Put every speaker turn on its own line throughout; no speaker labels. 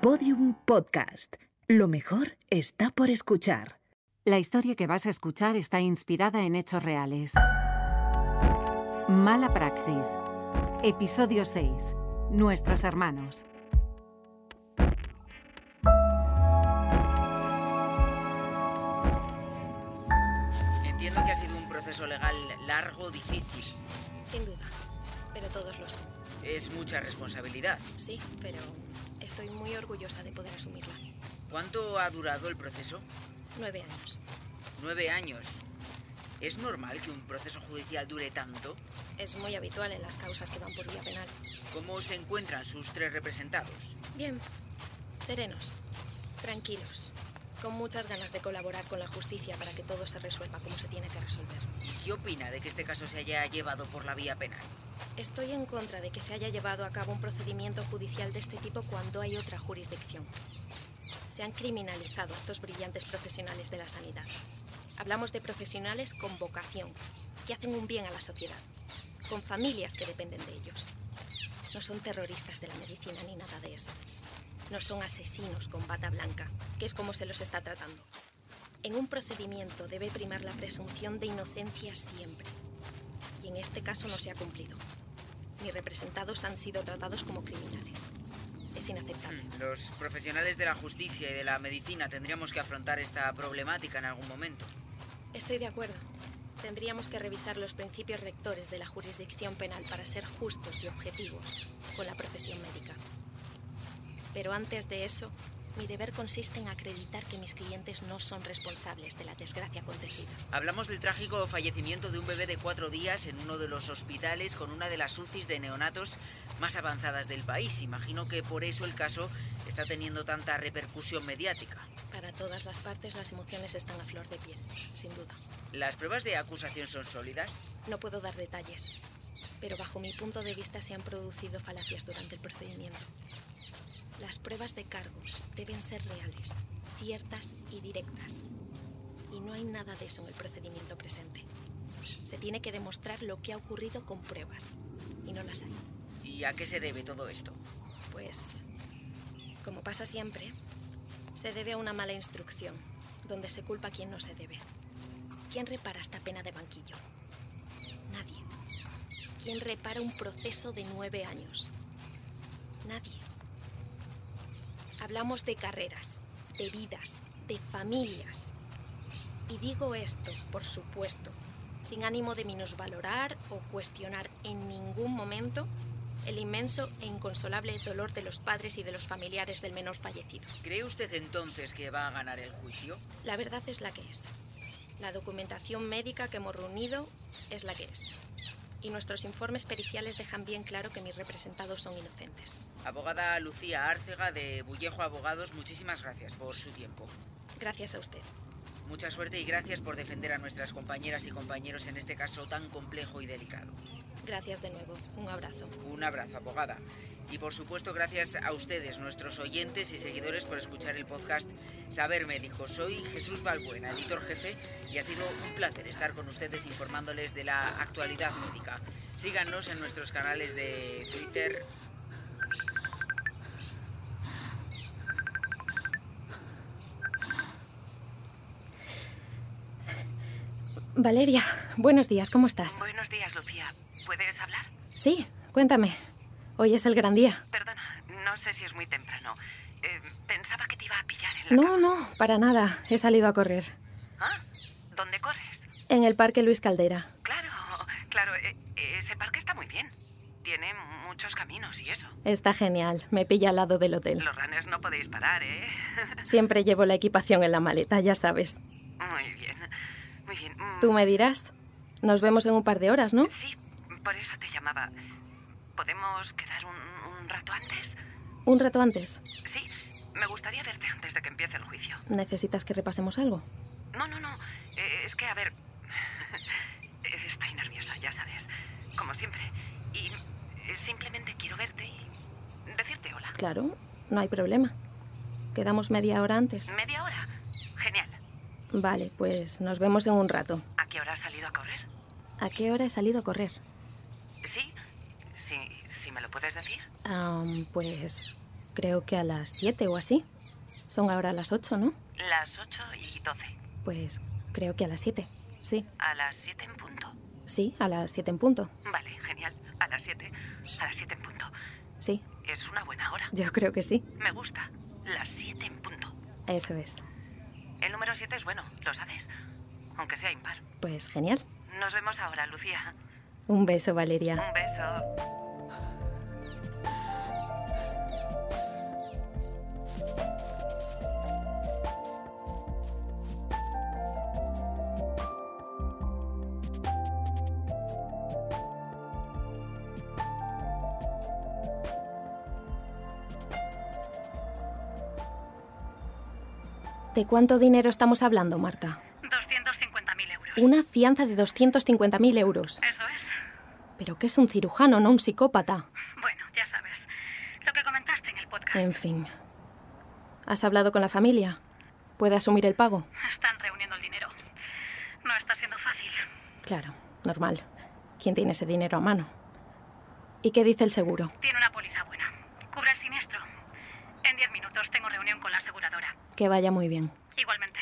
Podium Podcast. Lo mejor está por escuchar.
La historia que vas a escuchar está inspirada en hechos reales. Mala Praxis. Episodio 6. Nuestros hermanos.
Entiendo que ha sido un proceso legal largo, difícil.
Sin duda, pero todos lo son.
Es mucha responsabilidad.
Sí, pero estoy muy orgullosa de poder asumirla.
¿Cuánto ha durado el proceso?
Nueve años.
Nueve años. ¿Es normal que un proceso judicial dure tanto?
Es muy habitual en las causas que van por vía penal.
¿Cómo se encuentran sus tres representados?
Bien, serenos, tranquilos, con muchas ganas de colaborar con la justicia para que todo se resuelva como se tiene que resolver.
¿Y qué opina de que este caso se haya llevado por la vía penal?
Estoy en contra de que se haya llevado a cabo un procedimiento judicial de este tipo cuando hay otra jurisdicción. Se han criminalizado a estos brillantes profesionales de la sanidad. Hablamos de profesionales con vocación, que hacen un bien a la sociedad, con familias que dependen de ellos. No son terroristas de la medicina ni nada de eso. No son asesinos con bata blanca, que es como se los está tratando. En un procedimiento debe primar la presunción de inocencia siempre. Y en este caso no se ha cumplido. Mis representados han sido tratados como criminales. Es inaceptable.
Los profesionales de la justicia y de la medicina tendríamos que afrontar esta problemática en algún momento.
Estoy de acuerdo. Tendríamos que revisar los principios rectores de la jurisdicción penal para ser justos y objetivos con la profesión médica. Pero antes de eso, mi deber consiste en acreditar que mis clientes no son responsables de la desgracia acontecida.
Hablamos del trágico fallecimiento de un bebé de cuatro días en uno de los hospitales con una de las UCIs de neonatos más avanzadas del país. Imagino que por eso el caso está teniendo tanta repercusión mediática.
Para todas las partes las emociones están a flor de piel, sin duda.
¿Las pruebas de acusación son sólidas?
No puedo dar detalles, pero bajo mi punto de vista se han producido falacias durante el procedimiento. Las pruebas de cargo deben ser reales, ciertas y directas. Y no hay nada de eso en el procedimiento presente. Se tiene que demostrar lo que ha ocurrido con pruebas, y no las hay.
¿Y a qué se debe todo esto?
Pues, como pasa siempre, se debe a una mala instrucción, donde se culpa a quien no se debe. ¿Quién repara esta pena de banquillo? Nadie. ¿Quién repara un proceso de nueve años? Nadie. Hablamos de carreras, de vidas, de familias. Y digo esto, por supuesto, sin ánimo de minusvalorar o cuestionar en ningún momento el inmenso e inconsolable dolor de los padres y de los familiares del menor fallecido.
¿Cree usted entonces que va a ganar el juicio?
La verdad es la que es. La documentación médica que hemos reunido es la que es y nuestros informes periciales dejan bien claro que mis representados son inocentes.
Abogada Lucía Árcega de Bullejo Abogados, muchísimas gracias por su tiempo.
Gracias a usted.
Mucha suerte y gracias por defender a nuestras compañeras y compañeros en este caso tan complejo y delicado.
Gracias de nuevo. Un abrazo.
Un abrazo, abogada. Y por supuesto, gracias a ustedes, nuestros oyentes y seguidores, por escuchar el podcast Saber Médico. Soy Jesús Balbuena, editor jefe, y ha sido un placer estar con ustedes informándoles de la actualidad médica. Síganos en nuestros canales de Twitter.
Valeria, buenos días, ¿cómo estás?
Buenos días, Lucía. ¿Puedes hablar?
Sí, cuéntame. Hoy es el gran día.
Perdona, no sé si es muy temprano. Eh, pensaba que te iba a pillar en la
No,
cama.
no, para nada. He salido a correr.
¿Ah? ¿Dónde corres?
En el Parque Luis Caldera.
Claro, claro, e- ese parque está muy bien. Tiene muchos caminos y eso.
Está genial. Me pilla al lado del hotel.
Los runners no podéis parar, ¿eh?
Siempre llevo la equipación en la maleta, ya sabes.
muy bien, muy bien. Mm,
Tú me dirás. Nos vemos en un par de horas, ¿no?
Sí, por eso te llamaba. ¿Podemos quedar un, un rato antes?
Un rato antes.
Sí, me gustaría verte antes de que empiece el juicio.
¿Necesitas que repasemos algo?
No, no, no. Eh, es que, a ver. Estoy nerviosa, ya sabes. Como siempre. Y eh, simplemente quiero verte y decirte hola.
Claro, no hay problema. Quedamos media hora antes.
¿Media hora? Genial.
Vale, pues nos vemos en un rato.
¿A qué hora has salido a correr?
¿A qué hora he salido a correr?
Sí. Si, si me lo puedes decir.
Am, pues Creo que a las 7 o así. Son ahora las 8, ¿no?
Las 8 y 12.
Pues creo que a las 7. Sí,
Ah.
A las 7 en punto.
sí, a las 7 en punto.
Vale, genial. A las 7. A las 7 en punto.
Sí,
Es una buena hora.
yo creo que sí.
Me gusta. Las 7 en punto.
Eso es.
El número 7 es bueno, lo sabes. Aunque sea impar.
Pues genial.
Nos vemos ahora, Lucía.
Un beso, Valeria.
Un beso.
¿De cuánto dinero estamos hablando, Marta?
250.000 euros.
Una fianza de 250.000 euros.
Eso es.
Pero que es un cirujano, no un psicópata.
Bueno, ya sabes. Lo que comentaste en el podcast.
En fin. ¿Has hablado con la familia? ¿Puede asumir el pago?
Están reuniendo el dinero. No está siendo fácil.
Claro, normal. ¿Quién tiene ese dinero a mano? ¿Y qué dice el seguro?
Tiene una póliza buena. Cubre el siniestro. En 10 minutos tengo reunión con la aseguradora.
Que vaya muy bien.
Igualmente.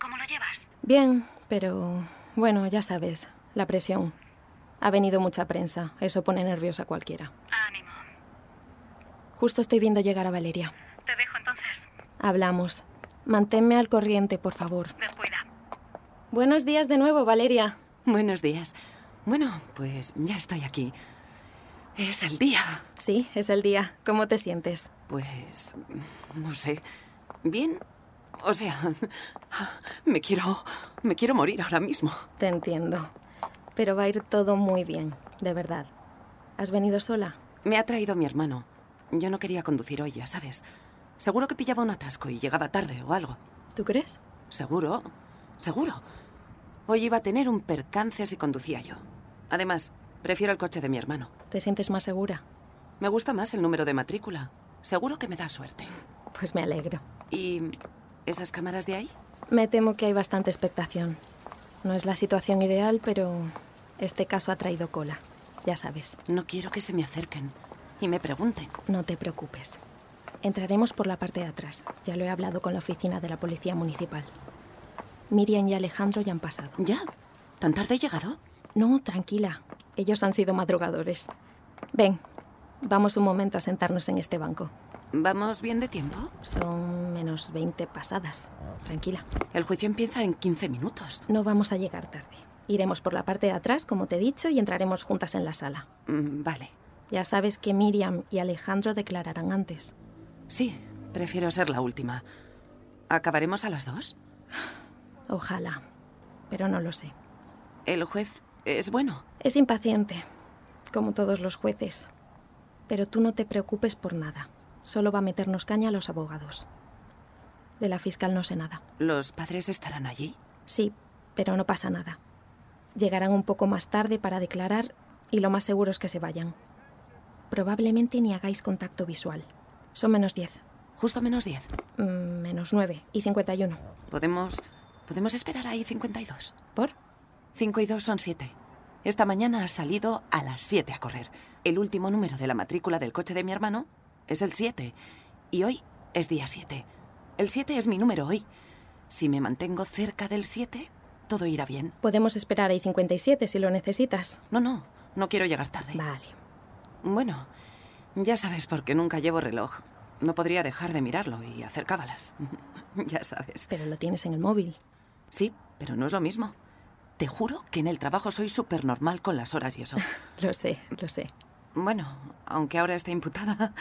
¿Cómo lo llevas?
Bien, pero bueno, ya sabes, la presión. Ha venido mucha prensa, eso pone nerviosa a cualquiera.
Ánimo.
Justo estoy viendo llegar a Valeria.
Te dejo entonces.
Hablamos. Manténme al corriente, por favor.
Descuida.
Buenos días de nuevo, Valeria.
Buenos días. Bueno, pues ya estoy aquí. Es el día.
Sí, es el día. ¿Cómo te sientes?
Pues... no sé. Bien. O sea, me quiero... me quiero morir ahora mismo.
Te entiendo. Pero va a ir todo muy bien, de verdad. ¿Has venido sola?
Me ha traído mi hermano. Yo no quería conducir hoy, ya sabes. Seguro que pillaba un atasco y llegaba tarde o algo.
¿Tú crees?
Seguro, seguro. Hoy iba a tener un percance si conducía yo. Además, prefiero el coche de mi hermano.
¿Te sientes más segura?
Me gusta más el número de matrícula. Seguro que me da suerte.
Pues me alegro.
¿Y esas cámaras de ahí?
Me temo que hay bastante expectación. No es la situación ideal, pero este caso ha traído cola. Ya sabes,
No quiero que se me acerquen y me pregunten.
no te preocupes. Entraremos por la parte de atrás. Ya lo he hablado con la oficina de la Policía Municipal. Miriam y Alejandro ya han pasado.
¿Ya? ¿Tan tarde he llegado?
No, tranquila. Ellos han sido madrugadores. Ven, vamos un momento a sentarnos en este banco.
¿Vamos bien de tiempo?
Son menos 20 pasadas. Tranquila.
El juicio empieza en 15 minutos.
No vamos a llegar tarde. Iremos por la parte de atrás, como te he dicho, y entraremos juntas en la sala.
Mm, Vale.
Ya sabes que Miriam y Alejandro declararán antes.
Sí, prefiero ser la última. ¿Acabaremos a las dos?
Ojalá, pero no lo sé.
El juez es bueno.
Es impaciente, como todos los jueces. Pero tú no te preocupes por nada. Solo va a meternos caña a los abogados. De la fiscal no sé nada.
¿Los padres estarán allí?
Sí, pero no pasa nada. Llegarán un poco más tarde para declarar y lo más seguro es que se vayan. Probablemente ni hagáis contacto visual. Son menos 10,
Justo menos 10.
mm, menos 9 y 51.
Podemos. Podemos esperar ahí 52.
¿Por?
5 y 2 son 7. Esta mañana ha salido a las 7 a correr. El último número de la matrícula del coche de mi hermano es el 7. Y hoy es día 7. El 7 es mi número hoy. Si me mantengo cerca del 7, todo irá bien.
Podemos esperar ahí 57 si lo necesitas.
No, no, no quiero llegar tarde.
Vale.
Bueno, ya sabes por qué nunca llevo reloj. No podría dejar de mirarlo y hacer cábalas. ya sabes.
Pero lo tienes en el móvil.
Sí, pero no es lo mismo. Te juro que en el trabajo soy súper normal con las horas y eso.
Lo sé, lo sé.
Bueno, aunque ahora esté imputada,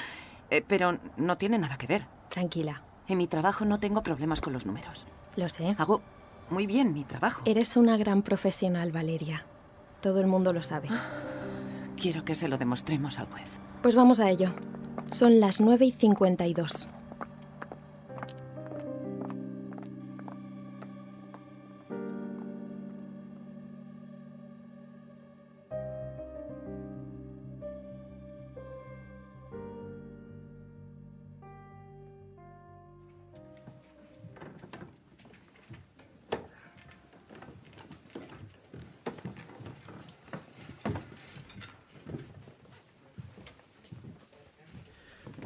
eh, pero no tiene nada que ver.
Tranquila.
En mi trabajo no tengo problemas con los números.
Lo sé.
Hago muy bien mi trabajo.
Eres una gran profesional, Valeria. Todo el mundo lo sabe.
Quiero que se lo demostremos al juez.
Pues vamos a ello. Son las 9 y 52.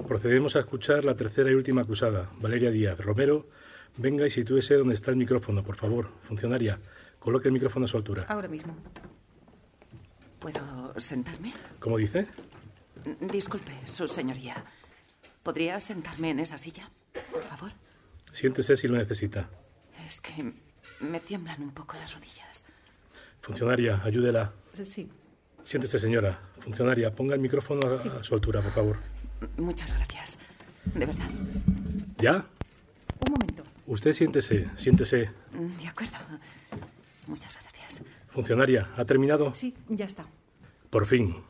Procedemos a escuchar la tercera y última acusada, Valeria Díaz. Romero, venga y sitúese donde está el micrófono, por favor. Funcionaria, coloque el micrófono a su altura.
Ahora mismo.
¿Puedo sentarme?
¿Cómo dice?
Disculpe, su señoría. ¿Podría sentarme en esa silla, por favor?
Siéntese si lo necesita.
Es que me tiemblan un poco las rodillas.
Funcionaria, ayúdela.
Sí.
Siéntese, señora. Funcionaria, ponga el micrófono a, a su altura, por favor.
Muchas gracias. De verdad.
¿Ya?
Un momento.
Usted siéntese, siéntese.
De acuerdo. Muchas gracias.
Funcionaria, ¿ha terminado?
Sí, ya está.
Por fin.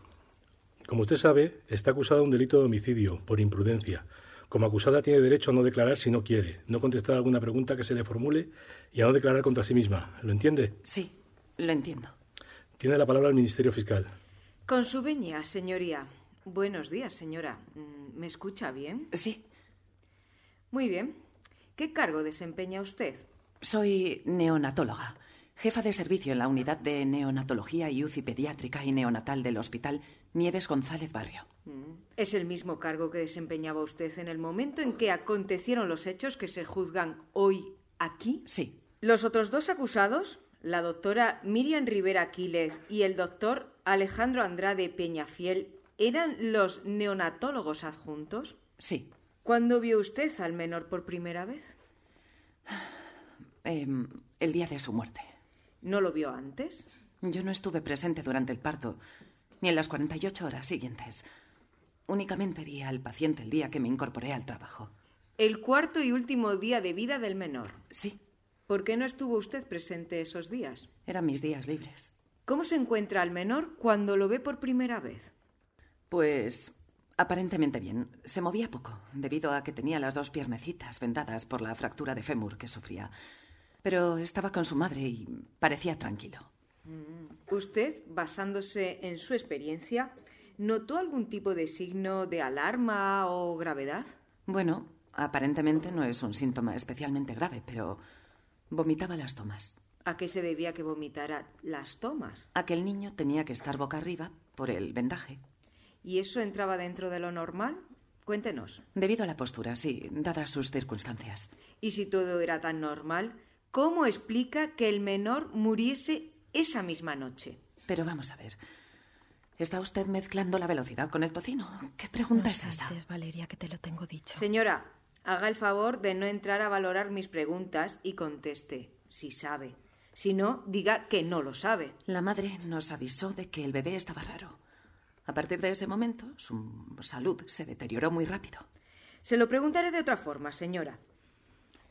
Como usted sabe, está acusada de un delito de homicidio por imprudencia. Como acusada tiene derecho a no declarar si no quiere, no contestar alguna pregunta que se le formule y a no declarar contra sí misma. ¿Lo entiende?
Sí, lo entiendo.
Tiene la palabra el Ministerio Fiscal.
Con su veña, señoría. Buenos días, señora. Mm, ¿Me escucha bien?
Sí,
Muy bien. ¿Qué cargo desempeña usted?
soy neonatóloga, jefa de servicio en la unidad de neonatología y UCI pediátrica y neonatal del Hospital Nieves González Barrio.
Mm, ¿Es el mismo cargo que desempeñaba usted en el momento en que acontecieron los hechos que se juzgan hoy aquí?
Sí,
Los otros dos acusados, la doctora Miriam Rivera Aquiles y el doctor Alejandro Andrade Peñafiel, ¿eran los neonatólogos adjuntos?
sí.
¿Cuándo vio usted al menor por primera vez?
Em, el día de su muerte.
¿No lo vio antes?
Yo no estuve presente durante el parto, ni en las 48 horas siguientes. Únicamente vi al paciente el día que me incorporé al trabajo.
El cuarto y último día de vida del menor.
Sí,
¿Por qué no estuvo usted presente esos días?
eran mis días libres.
¿Cómo se encuentra al menor cuando lo ve por primera vez?
Pues aparentemente bien. Se movía poco, debido a que tenía las dos piernecitas vendadas por la fractura de fémur que sufría. Pero estaba con su madre y parecía tranquilo.
¿Usted, basándose en su experiencia, notó algún tipo de signo de alarma o gravedad?
Bueno, aparentemente no es un síntoma especialmente grave, pero vomitaba las tomas.
¿A qué se debía que vomitara las tomas?
Aquel niño tenía que estar boca arriba por el vendaje.
¿Y eso entraba dentro de lo normal? Cuéntenos.
Debido a la postura, sí, dadas sus circunstancias.
Y si todo era tan normal, ¿cómo explica que el menor muriese esa misma noche?
Pero vamos a ver. ¿Está usted mezclando la velocidad con el tocino? ¿Qué pregunta es esa?
Valeria, que te lo tengo dicho.
Señora, haga el favor de no entrar a valorar mis preguntas y conteste, si sabe. Si no, diga que no lo sabe.
La madre nos avisó de que el bebé estaba raro. A partir de ese momento, su salud se deterioró muy rápido.
Se lo preguntaré de otra forma, señora.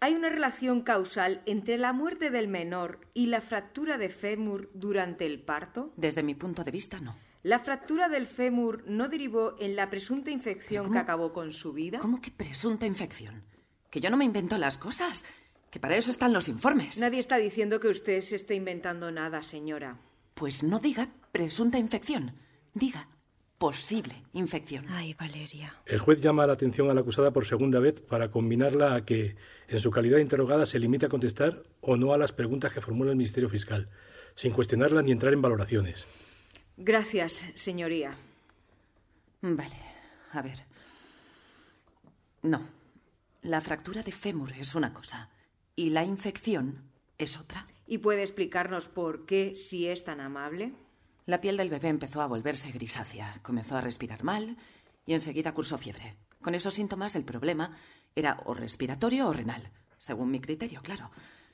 ¿Hay una relación causal entre la muerte del menor y la fractura de fémur durante el parto?
Desde mi punto de vista, no.
¿La fractura del fémur no derivó en la presunta
¿Pero
infección
cómo?
que acabó con su vida?
¿Cómo que presunta infección? Que yo no me invento las cosas. Que para eso están los informes.
Nadie está diciendo que usted se esté inventando nada, señora.
Pues no diga presunta infección. Diga posible infección.
Ay, Valeria.
El juez llama la atención a la acusada por segunda vez para combinarla a que, en su calidad de interrogada, se limite a contestar o no a las preguntas que formula el Ministerio Fiscal, sin cuestionarlas ni entrar en valoraciones.
Gracias, señoría.
Vale, a ver. No. La fractura de fémur es una cosa y la infección es otra.
¿Y puede explicarnos por qué, si es tan amable?
La piel del bebé empezó a volverse grisácea, comenzó a respirar mal y enseguida cursó fiebre. Con esos síntomas el problema era o respiratorio o renal, según mi criterio, claro.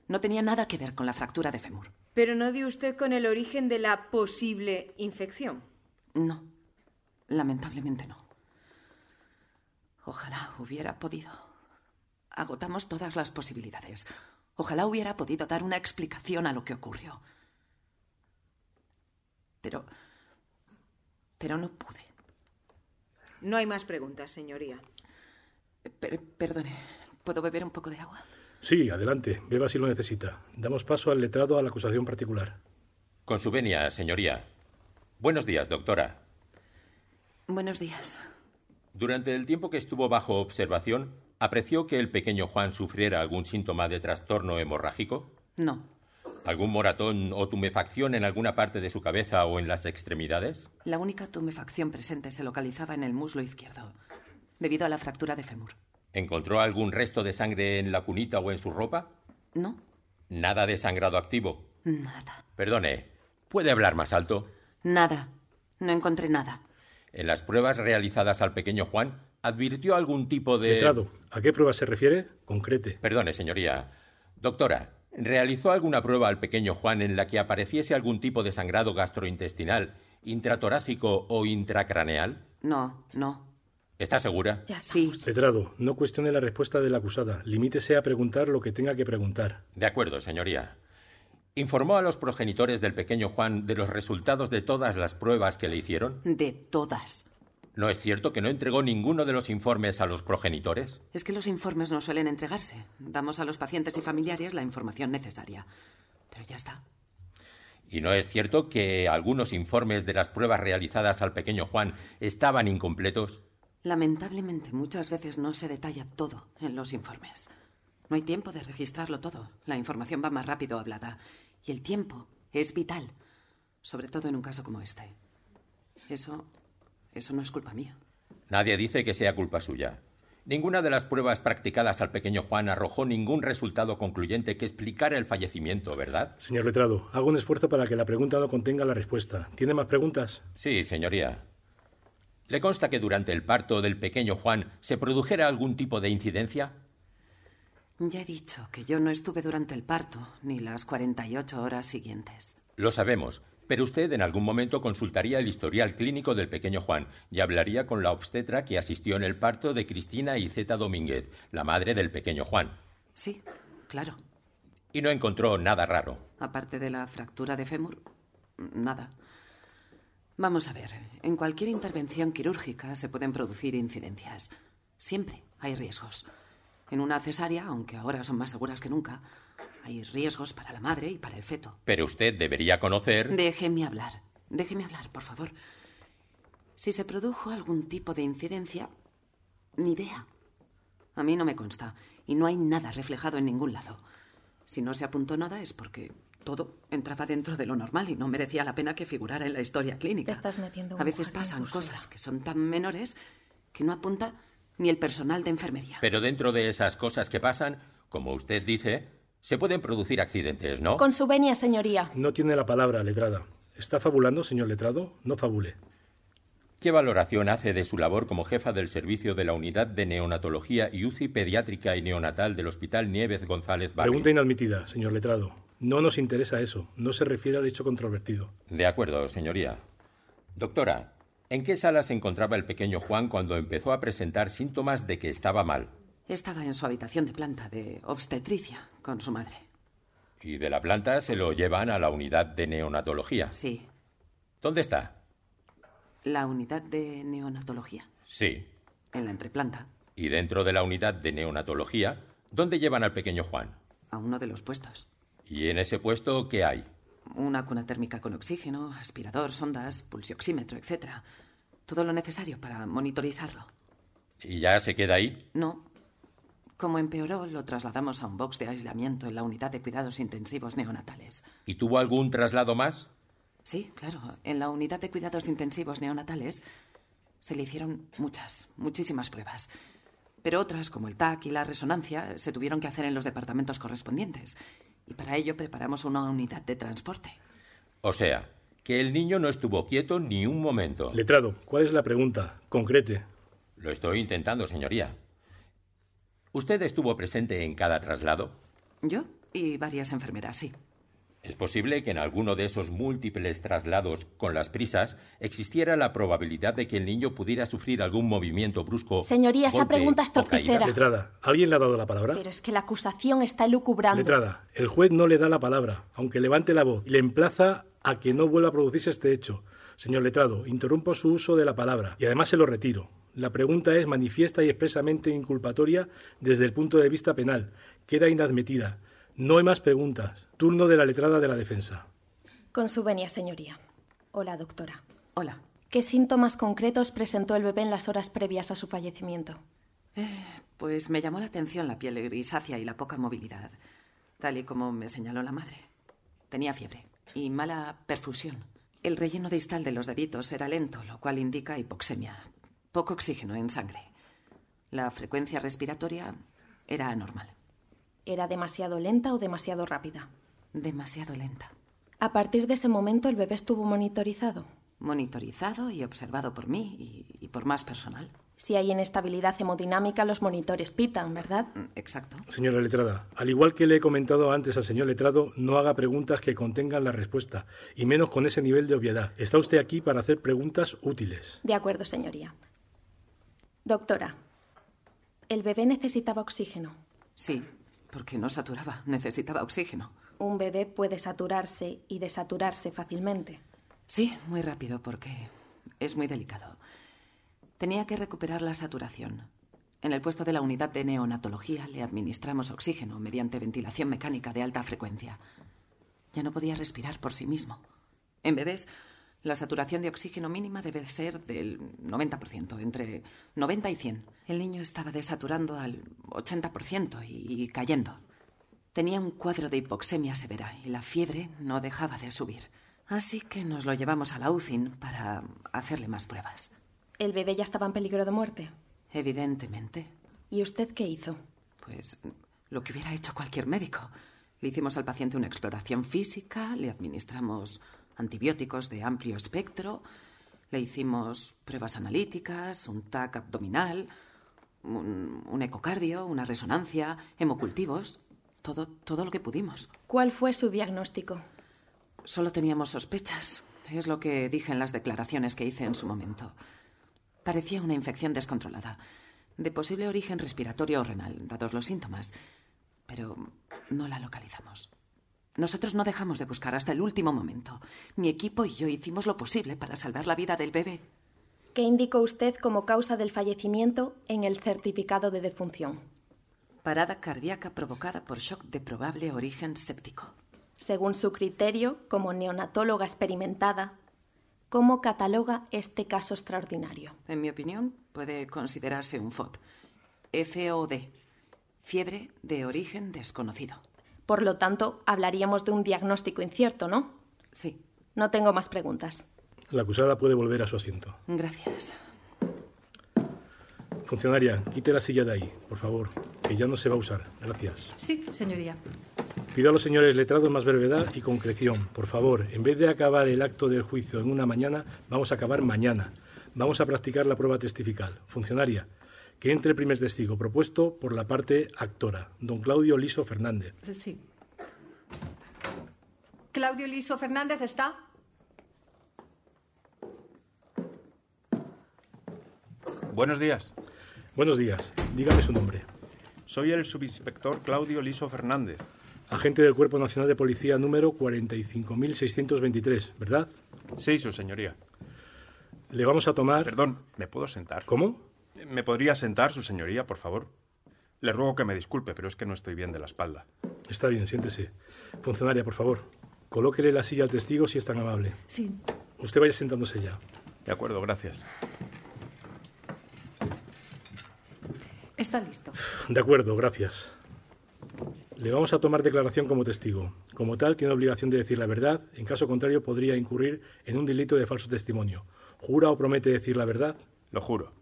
No tenía nada que ver con la fractura de fémur.
Pero no dio usted con el origen de la posible infección.
No, lamentablemente no. Ojalá hubiera podido. Agotamos todas las posibilidades. Ojalá hubiera podido dar una explicación a lo que ocurrió. Pero... Pero no pude.
No hay más preguntas, señoría.
Per- perdone, ¿puedo beber un poco de agua?
Sí, adelante, beba si lo necesita. Damos paso al letrado a la acusación particular.
Con su venia, señoría. Buenos días, doctora.
Buenos días.
Durante el tiempo que estuvo bajo observación, ¿apreció que el pequeño Juan sufriera algún síntoma de trastorno hemorrágico?
No,
¿Algún moratón o tumefacción en alguna parte de su cabeza o en las extremidades?
la única tumefacción presente se localizaba en el muslo izquierdo. debido a la fractura de fémur.
¿Encontró algún resto de sangre en la cunita o en su ropa?
No,
Nada de sangrado activo.
nada.
Perdone, ¿puede hablar más alto?
Nada. No encontré nada.
En las pruebas realizadas al pequeño Juan, ¿advirtió algún tipo de...
Letrado, ¿a qué prueba se refiere? Concrete.
Perdone, señoría. Doctora, ¿realizó alguna prueba al pequeño Juan en la que apareciese algún tipo de sangrado gastrointestinal, intratorácico o intracraneal?
No, no.
¿Está segura?
Sí.
Letrado, no cuestione la respuesta de la acusada. Limítese a preguntar lo que tenga que preguntar.
De acuerdo, señoría. ¿Informó a los progenitores del pequeño Juan de los resultados de todas las pruebas que le hicieron?
De todas.
¿No es cierto que no entregó ninguno de los informes a los progenitores?
Es que los informes no suelen entregarse. Damos a los pacientes y familiares la información necesaria. Pero ya está.
¿Y no es cierto que algunos informes de las pruebas realizadas al pequeño Juan estaban incompletos?
Lamentablemente, muchas veces no se detalla todo en los informes. No hay tiempo de registrarlo todo. La información va más rápido hablada. Y el tiempo es vital. Sobre todo en un caso como este. Eso. Eso no es culpa mía.
Nadie dice que sea culpa suya. Ninguna de las pruebas practicadas al pequeño Juan arrojó ningún resultado concluyente que explicara el fallecimiento, ¿verdad?
Señor letrado, hago un esfuerzo para que la pregunta no contenga la respuesta. ¿Tiene más preguntas?
Sí, señoría. ¿Le consta que durante el parto del pequeño Juan se produjera algún tipo de incidencia?
Ya he dicho que yo no estuve durante el parto ni las 48 horas siguientes.
Lo sabemos, pero usted en algún momento consultaría el historial clínico del pequeño Juan y hablaría con la obstetra que asistió en el parto de Cristina Iceta Domínguez, la madre del pequeño Juan,
Sí, claro.
y no encontró nada raro.
Aparte de la fractura de fémur, nada. Vamos a ver, en cualquier intervención quirúrgica se pueden producir incidencias. Siempre hay riesgos. En una cesárea, aunque ahora son más seguras que nunca, hay riesgos para la madre y para el feto.
Pero usted debería conocer...
Déjeme hablar. Déjeme hablar, por favor. Si se produjo algún tipo de incidencia, ni idea. A mí no me consta y no hay nada reflejado en ningún lado. Si no se apuntó nada es porque todo entraba dentro de lo normal y no merecía la pena que figurara en la historia clínica.
Te estás metiendo en
A
un
veces
jardín
pasan
tú
cosas que son tan menores que no apunta ni el personal de enfermería.
Pero dentro de esas cosas que pasan, como usted dice, se pueden producir accidentes, ¿no?
Con su venia, señoría.
No tiene la palabra, letrada. ¿Está fabulando, señor letrado? No fabule.
¿Qué valoración hace de su labor como jefa del servicio de la Unidad de Neonatología y UCI Pediátrica y Neonatal del Hospital Nieves González Barrio?
Pregunta inadmitida, señor letrado. No nos interesa eso. No se refiere al hecho controvertido.
De acuerdo, señoría. Doctora, ¿en qué sala se encontraba el pequeño Juan cuando empezó a presentar síntomas de que estaba mal?
Estaba en su habitación de planta de obstetricia con su madre.
Y de la planta se lo llevan a la Unidad de Neonatología.
Sí,
¿Dónde está?
la unidad de neonatología,
Sí.
en la entreplanta,
Y dentro de la Unidad de Neonatología, ¿dónde llevan al pequeño Juan?
a uno de los puestos.
¿Y en ese puesto qué hay?
Una cuna térmica con oxígeno, aspirador, sondas, pulsioxímetro, etc. Todo lo necesario para monitorizarlo.
¿Y ya se queda ahí?
No. Como empeoró, lo trasladamos a un box de aislamiento en la unidad de cuidados intensivos neonatales.
¿Y tuvo algún traslado más?
Sí, claro, en la unidad de cuidados intensivos neonatales se le hicieron muchas, muchísimas pruebas. Pero otras, como el TAC y la resonancia, se tuvieron que hacer en los departamentos correspondientes. Y para ello preparamos una unidad de transporte.
O sea, que el niño no estuvo quieto ni un momento.
Letrado, ¿cuál es la pregunta? Concrete.
Lo estoy intentando, señoría. ¿Usted estuvo presente en cada traslado?
Yo y varias enfermeras, sí.
Es posible que en alguno de esos múltiples traslados con las prisas existiera la probabilidad de que el niño pudiera sufrir alún movimiento brusco.
Señoría, esa
golpe
pregunta es
o caída.
torticera.
Letrada, ¿alguien le ha dado la palabra?
Pero es que la acusación está elucubrando.
Letrada, el juez no le da la palabra, aunque levante la voz, y le emplaza a que no vuelva a producirse este hecho. Señor letrado, interrumpo su uso de la palabra y además se lo retiro. La pregunta es manifiesta y expresamente inculpatoria desde el punto de vista penal. Queda inadmitida. No hay más preguntas. Turno de la letrada de la defensa.
Con su venia, señoría. Hola, doctora.
Hola.
¿Qué síntomas concretos presentó el bebé en las horas previas a su fallecimiento?
Pues me llamó la atención la piel grisácea y la poca movilidad, tal y como me señaló la madre. Tenía fiebre y mala perfusión. El relleno distal de los deditos era lento, lo cual indica hipoxemia, poco oxígeno en sangre. La frecuencia respiratoria era anormal.
¿Era demasiado lenta o demasiado rápida?
Demasiado lenta.
A partir de ese momento el bebé estuvo monitorizado.
Monitorizado y observado por mí y, y por más personal.
Si hay inestabilidad hemodinámica, los monitores pitan, ¿verdad?
Mm, Exacto.
Señora letrada, al igual que le he comentado antes al señor letrado, no haga preguntas que contengan la respuesta, y menos con ese nivel de obviedad. Está usted aquí para hacer preguntas útiles.
De acuerdo, señoría. Doctora, el bebé necesitaba oxígeno.
Sí, porque no saturaba, necesitaba oxígeno.
Un bebé puede saturarse y desaturarse fácilmente.
Sí, muy rápido, porque es muy delicado. Tenía que recuperar la saturación. En el puesto de la unidad de neonatología le administramos oxígeno mediante ventilación mecánica de alta frecuencia. Ya no podía respirar por sí mismo. En bebés, la saturación de oxígeno mínima debe ser del 90%, entre 90 y 100. El niño estaba desaturando al 80% y, y cayendo. Tenía un cuadro de hipoxemia severa y la fiebre no dejaba de subir. Así que nos lo llevamos a la UCIN para hacerle más pruebas.
El bebé ya estaba en peligro de muerte.
Evidentemente.
¿Y usted qué hizo?
Pues lo que hubiera hecho cualquier médico. Le hicimos al paciente una exploración física, le administramos antibióticos de amplio espectro, le hicimos pruebas analíticas, un TAC abdominal, un, un ecocardio, una resonancia, hemocultivos, todo, todo lo que pudimos.
¿Cuál fue su diagnóstico?
Solo teníamos sospechas. Es lo que dije en las declaraciones que hice en su momento. Parecía una infección descontrolada, de posible origen respiratorio o renal, dados los síntomas, pero no la localizamos. Nosotros no dejamos de buscar hasta el último momento. Mi equipo y yo hicimos lo posible para salvar la vida del bebé.
¿Qué indicó usted como causa del fallecimiento en el certificado de defunción?
Parada cardíaca provocada por shock de probable origen séptico.
Según su criterio, como neonatóloga experimentada, ¿Cómo cataloga este caso extraordinario?
En mi opinión, puede considerarse un FOD. FOD, fiebre de origen desconocido.
Por lo tanto, hablaríamos de un diagnóstico incierto, ¿no?
Sí.
No tengo más preguntas.
La acusada puede volver a su asiento.
Gracias.
Funcionaria, quite la silla de ahí, por favor, que ya no se va a usar. Gracias.
Sí, señoría.
Pido a los señores letrados más brevedad y concreción. Por favor, en vez de acabar el acto del juicio en una mañana, vamos a acabar mañana. Vamos a practicar la prueba testifical. Funcionaria, que entre el primer testigo propuesto por la parte actora, don Claudio Liso Fernández.
Sí. ¿Claudio Liso Fernández está?
Buenos días.
Buenos días. Dígame su nombre.
Soy el subinspector Claudio Liso Fernández
agente del Cuerpo Nacional de Policía número 45.623, ¿verdad?
Sí, su señoría.
Le vamos a tomar...
Perdón, ¿me puedo sentar?
¿Cómo?
¿Me podría sentar, su señoría, por favor? Le ruego que me disculpe, pero es que no estoy bien de la espalda.
Está bien, siéntese. Funcionaria, por favor, colóquele la silla al testigo si es tan amable.
Sí.
Usted vaya sentándose ya.
De acuerdo, gracias.
Está listo.
De acuerdo, gracias. Le vamos a tomar declaración como testigo. Como tal, tiene obligación de decir la verdad. En caso contrario, podría incurrir en un delito de falso testimonio. ¿Jura o promete decir la verdad?
Lo juro.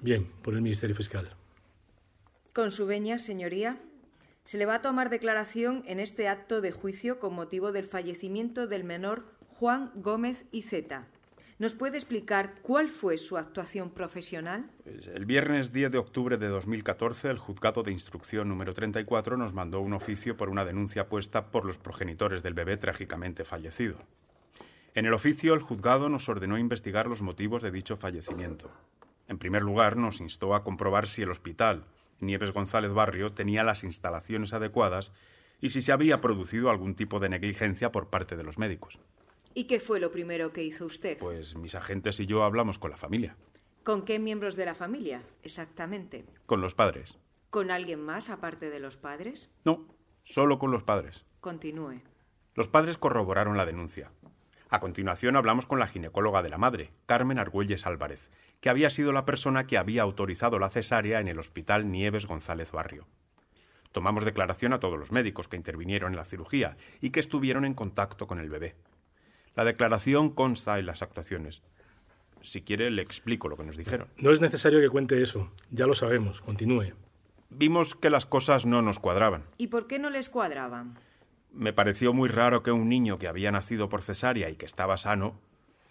Bien, por el Ministerio Fiscal.
Con su veña, señoría, se le va a tomar declaración en este acto de juicio con motivo del fallecimiento del menor Juan Gómez Iceta. ¿Nos puede explicar cuál fue su actuación profesional?
Pues el viernes 10 de octubre de 2014, el juzgado de instrucción número 34 nos mandó un oficio por una denuncia puesta por los progenitores del bebé trágicamente fallecido. En el oficio, el juzgado nos ordenó investigar los motivos de dicho fallecimiento. En primer lugar, nos instó a comprobar si el hospital Nieves González Barrio tenía las instalaciones adecuadas y si se había producido algún tipo de negligencia por parte de los médicos.
¿Y qué fue lo primero que hizo usted?
Pues mis agentes y yo hablamos con la familia.
¿Con qué miembros de la familia, exactamente?
Con los padres.
¿Con alguien más aparte de los padres?
No, solo con los padres.
Continúe.
Los padres corroboraron la denuncia. A continuación hablamos con la ginecóloga de la madre, Carmen Argüelles Álvarez, que había sido la persona que había autorizado la cesárea en el hospital Nieves González Barrio. Tomamos declaración a todos los médicos que intervinieron en la cirugía y que estuvieron en contacto con el bebé. La declaración consta en las actuaciones. Si quiere, le explico lo que nos dijeron.
No es necesario que cuente eso. Ya lo sabemos. Continúe.
Vimos que las cosas no nos cuadraban.
¿Y por qué no les cuadraban?
Me pareció muy raro que un niño que había nacido por cesárea y que estaba sano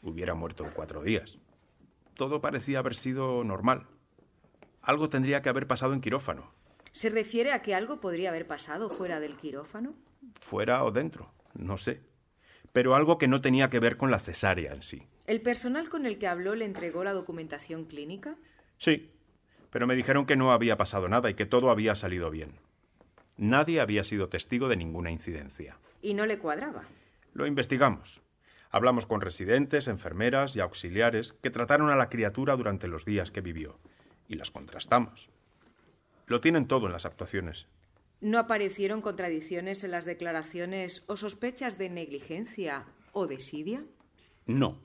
hubiera muerto en cuatro días. Todo parecía haber sido normal. Algo tendría que haber pasado en quirófano,
¿Se refiere a que algo podría haber pasado fuera del quirófano?
fuera o dentro, no sé. Pero algo que no tenía que ver con la cesárea en sí.
¿El personal con el que habló le entregó la documentación clínica?
Sí, pero me dijeron que no había pasado nada y que todo había salido bien. Nadie había sido testigo de ninguna incidencia.
Y no le cuadraba.
Lo investigamos. Hablamos con residentes, enfermeras y auxiliares que trataron a la criatura durante los días que vivió y las contrastamos. Lo tienen todo en las actuaciones.
¿No aparecieron contradicciones en las declaraciones o sospechas de negligencia o desidia?
No.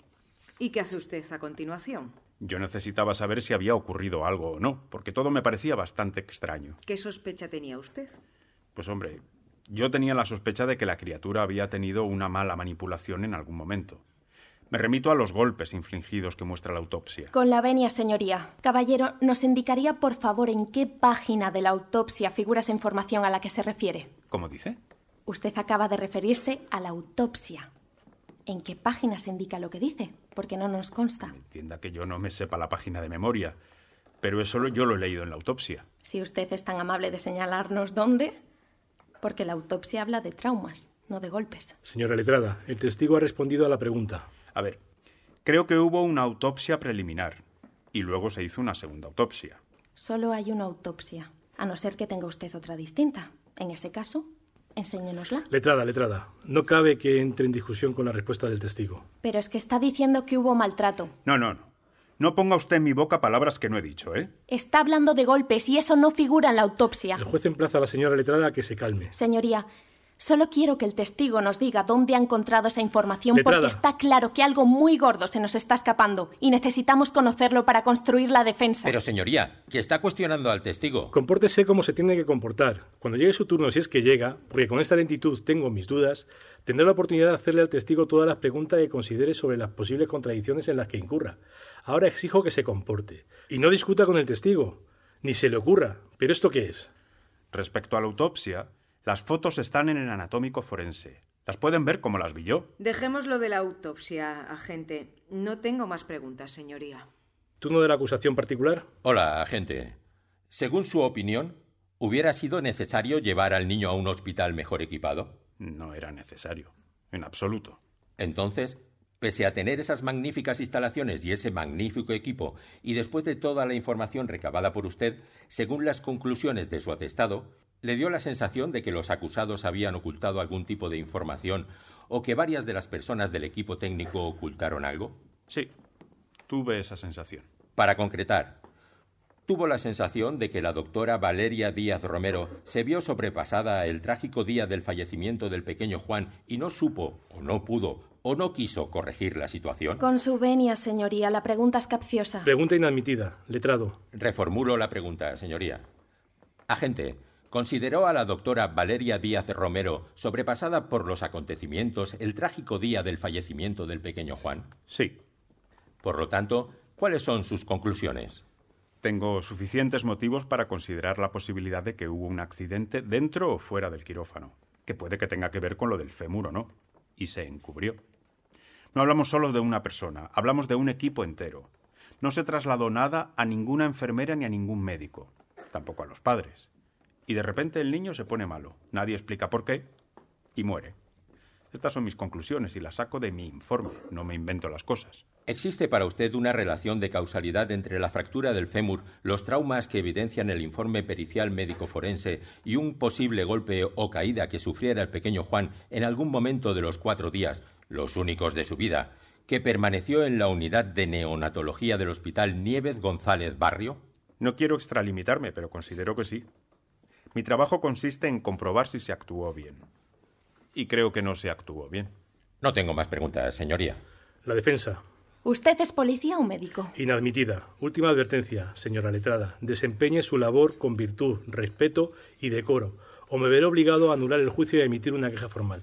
¿Y qué hace usted a continuación?
Yo necesitaba saber si había ocurrido algo o no, porque todo me parecía bastante extraño.
¿Qué sospecha tenía usted?
Pues hombre, yo tenía la sospecha de que la criatura había tenido una mala manipulación en algún momento. Me remito a los golpes infligidos que muestra la autopsia.
Con la venia, señoría. Caballero, ¿nos indicaría por favor en qué página de la autopsia figura esa información a la que se refiere?
¿Cómo dice?
Usted acaba de referirse a la autopsia. ¿En qué página se indica lo que dice? Porque no nos consta.
Entienda que yo no me sepa la página de memoria, pero eso lo- yo lo he leído en la autopsia.
Si usted es tan amable de señalarnos dónde. Porque la autopsia habla de traumas, no de golpes.
Señora letrada, el testigo ha respondido a la pregunta.
A ver, creo que hubo una autopsia preliminar y luego se hizo una segunda autopsia.
Solo hay una autopsia, a no ser que tenga usted otra distinta. En ese caso, enséñenosla.
Letrada, letrada. No cabe que entre en discusión con la respuesta del testigo.
Pero es que está diciendo que hubo maltrato.
No, no, no. No ponga usted en mi boca palabras que no he dicho, ¿eh?
Está hablando de golpes y eso no figura en la autopsia.
El juez em- emplaza a la señora letrada a que se calme.
Señoría, solo quiero que el testigo nos diga dónde ha encontrado esa información
Letrada.
porque está claro que algo muy gordo se nos está escapando y necesitamos conocerlo para construir la defensa.
Pero señoría, que está cuestionando al testigo.
Compórtese como se tiene que comportar. Cuando llegue su turno, si es que llega, porque con esta lentitud tengo mis dudas, tendrá la oportunidad de hacerle al testigo todas las preguntas que considere sobre las posibles contradicciones en las que incurra. Ahora exijo que se comporte. Y no discuta con el testigo, ni se le ocurra. ¿Pero esto qué es?
Respecto a la autopsia, las fotos están en el anatómico forense. Las pueden ver como las vi yo.
Dejémoslo de la autopsia, agente. No tengo más preguntas, señoría.
¿Turno de la acusación particular?
Hola, agente. Según su opinión, ¿hubiera sido necesario llevar al niño a un hospital mejor equipado?
No era necesario, en absoluto.
Entonces, pese a tener esas magníficas instalaciones y ese magnífico equipo, y después de toda la información recabada por usted, según las conclusiones de su atestado, le dio la sensación de que los acusados habían ocultado algún tipo de información o que varias de las personas del equipo técnico ocultaron algo?
Sí, tuve esa sensación.
Para concretar, tuvo la sensación de que la doctora Valeria Díaz Romero se vio sobrepasada el trágico día del fallecimiento del pequeño Juan y no supo, o no pudo, o no quiso corregir la situación.
Con su venia, señoría, la pregunta es capciosa.
Pregunta inadmitida, letrado.
Reformulo la pregunta, señoría. Agente, ¿consideró a la doctora Valeria Díaz Romero sobrepasada por los acontecimientos el trágico día del fallecimiento del pequeño Juan?
Sí.
Por lo tanto, ¿cuáles son sus conclusiones?
Tengo suficientes motivos para considerar la posibilidad de que hubo un accidente dentro o fuera del quirófano, que puede que tenga que ver con lo del fémur o no, y se encubrió. No hablamos solo de una persona, hablamos de un equipo entero. No se trasladó nada a ninguna enfermera ni a ningún médico, tampoco a los padres. Y de repente el niño se pone malo, nadie explica por qué, y muere. Estas son mis conclusiones y las saco de mi informe, no me invento las cosas.
¿Existe para usted una relación de causalidad entre la fractura del fémur, los traumas que evidencian el informe pericial médico forense y un posible golpe o caída que sufriera el pequeño Juan en algún momento de los cuatro días, los únicos de su vida, que permaneció en la unidad de neonatología del Hospital Nieves González Barrio?
No quiero extralimitarme, pero considero que sí. Mi trabajo consiste en comprobar si se actuó bien. Y creo que no se actuó bien.
No tengo más preguntas, señoría.
La defensa.
¿Usted es policía o médico?
Inadmitida. Última advertencia, señora letrada. Desempeñe su labor con virtud, respeto y decoro, o me veré obligado a anular el juicio y a emitir una queja formal.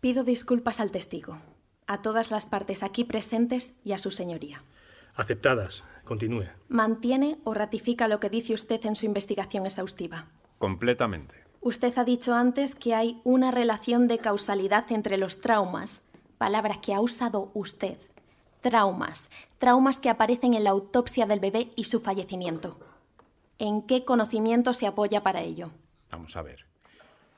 Pido disculpas al testigo, a todas las partes aquí presentes y a su señoría.
Aceptadas. Continúe.
¿Mantiene o ratifica lo que dice usted en su investigación exhaustiva?
Completamente.
Usted ha dicho antes que hay una relación de causalidad entre los traumas, palabra que ha usado usted. Traumas, traumas que aparecen en la autopsia del bebé y su fallecimiento. ¿En qué conocimiento se apoya para ello?
Vamos a ver.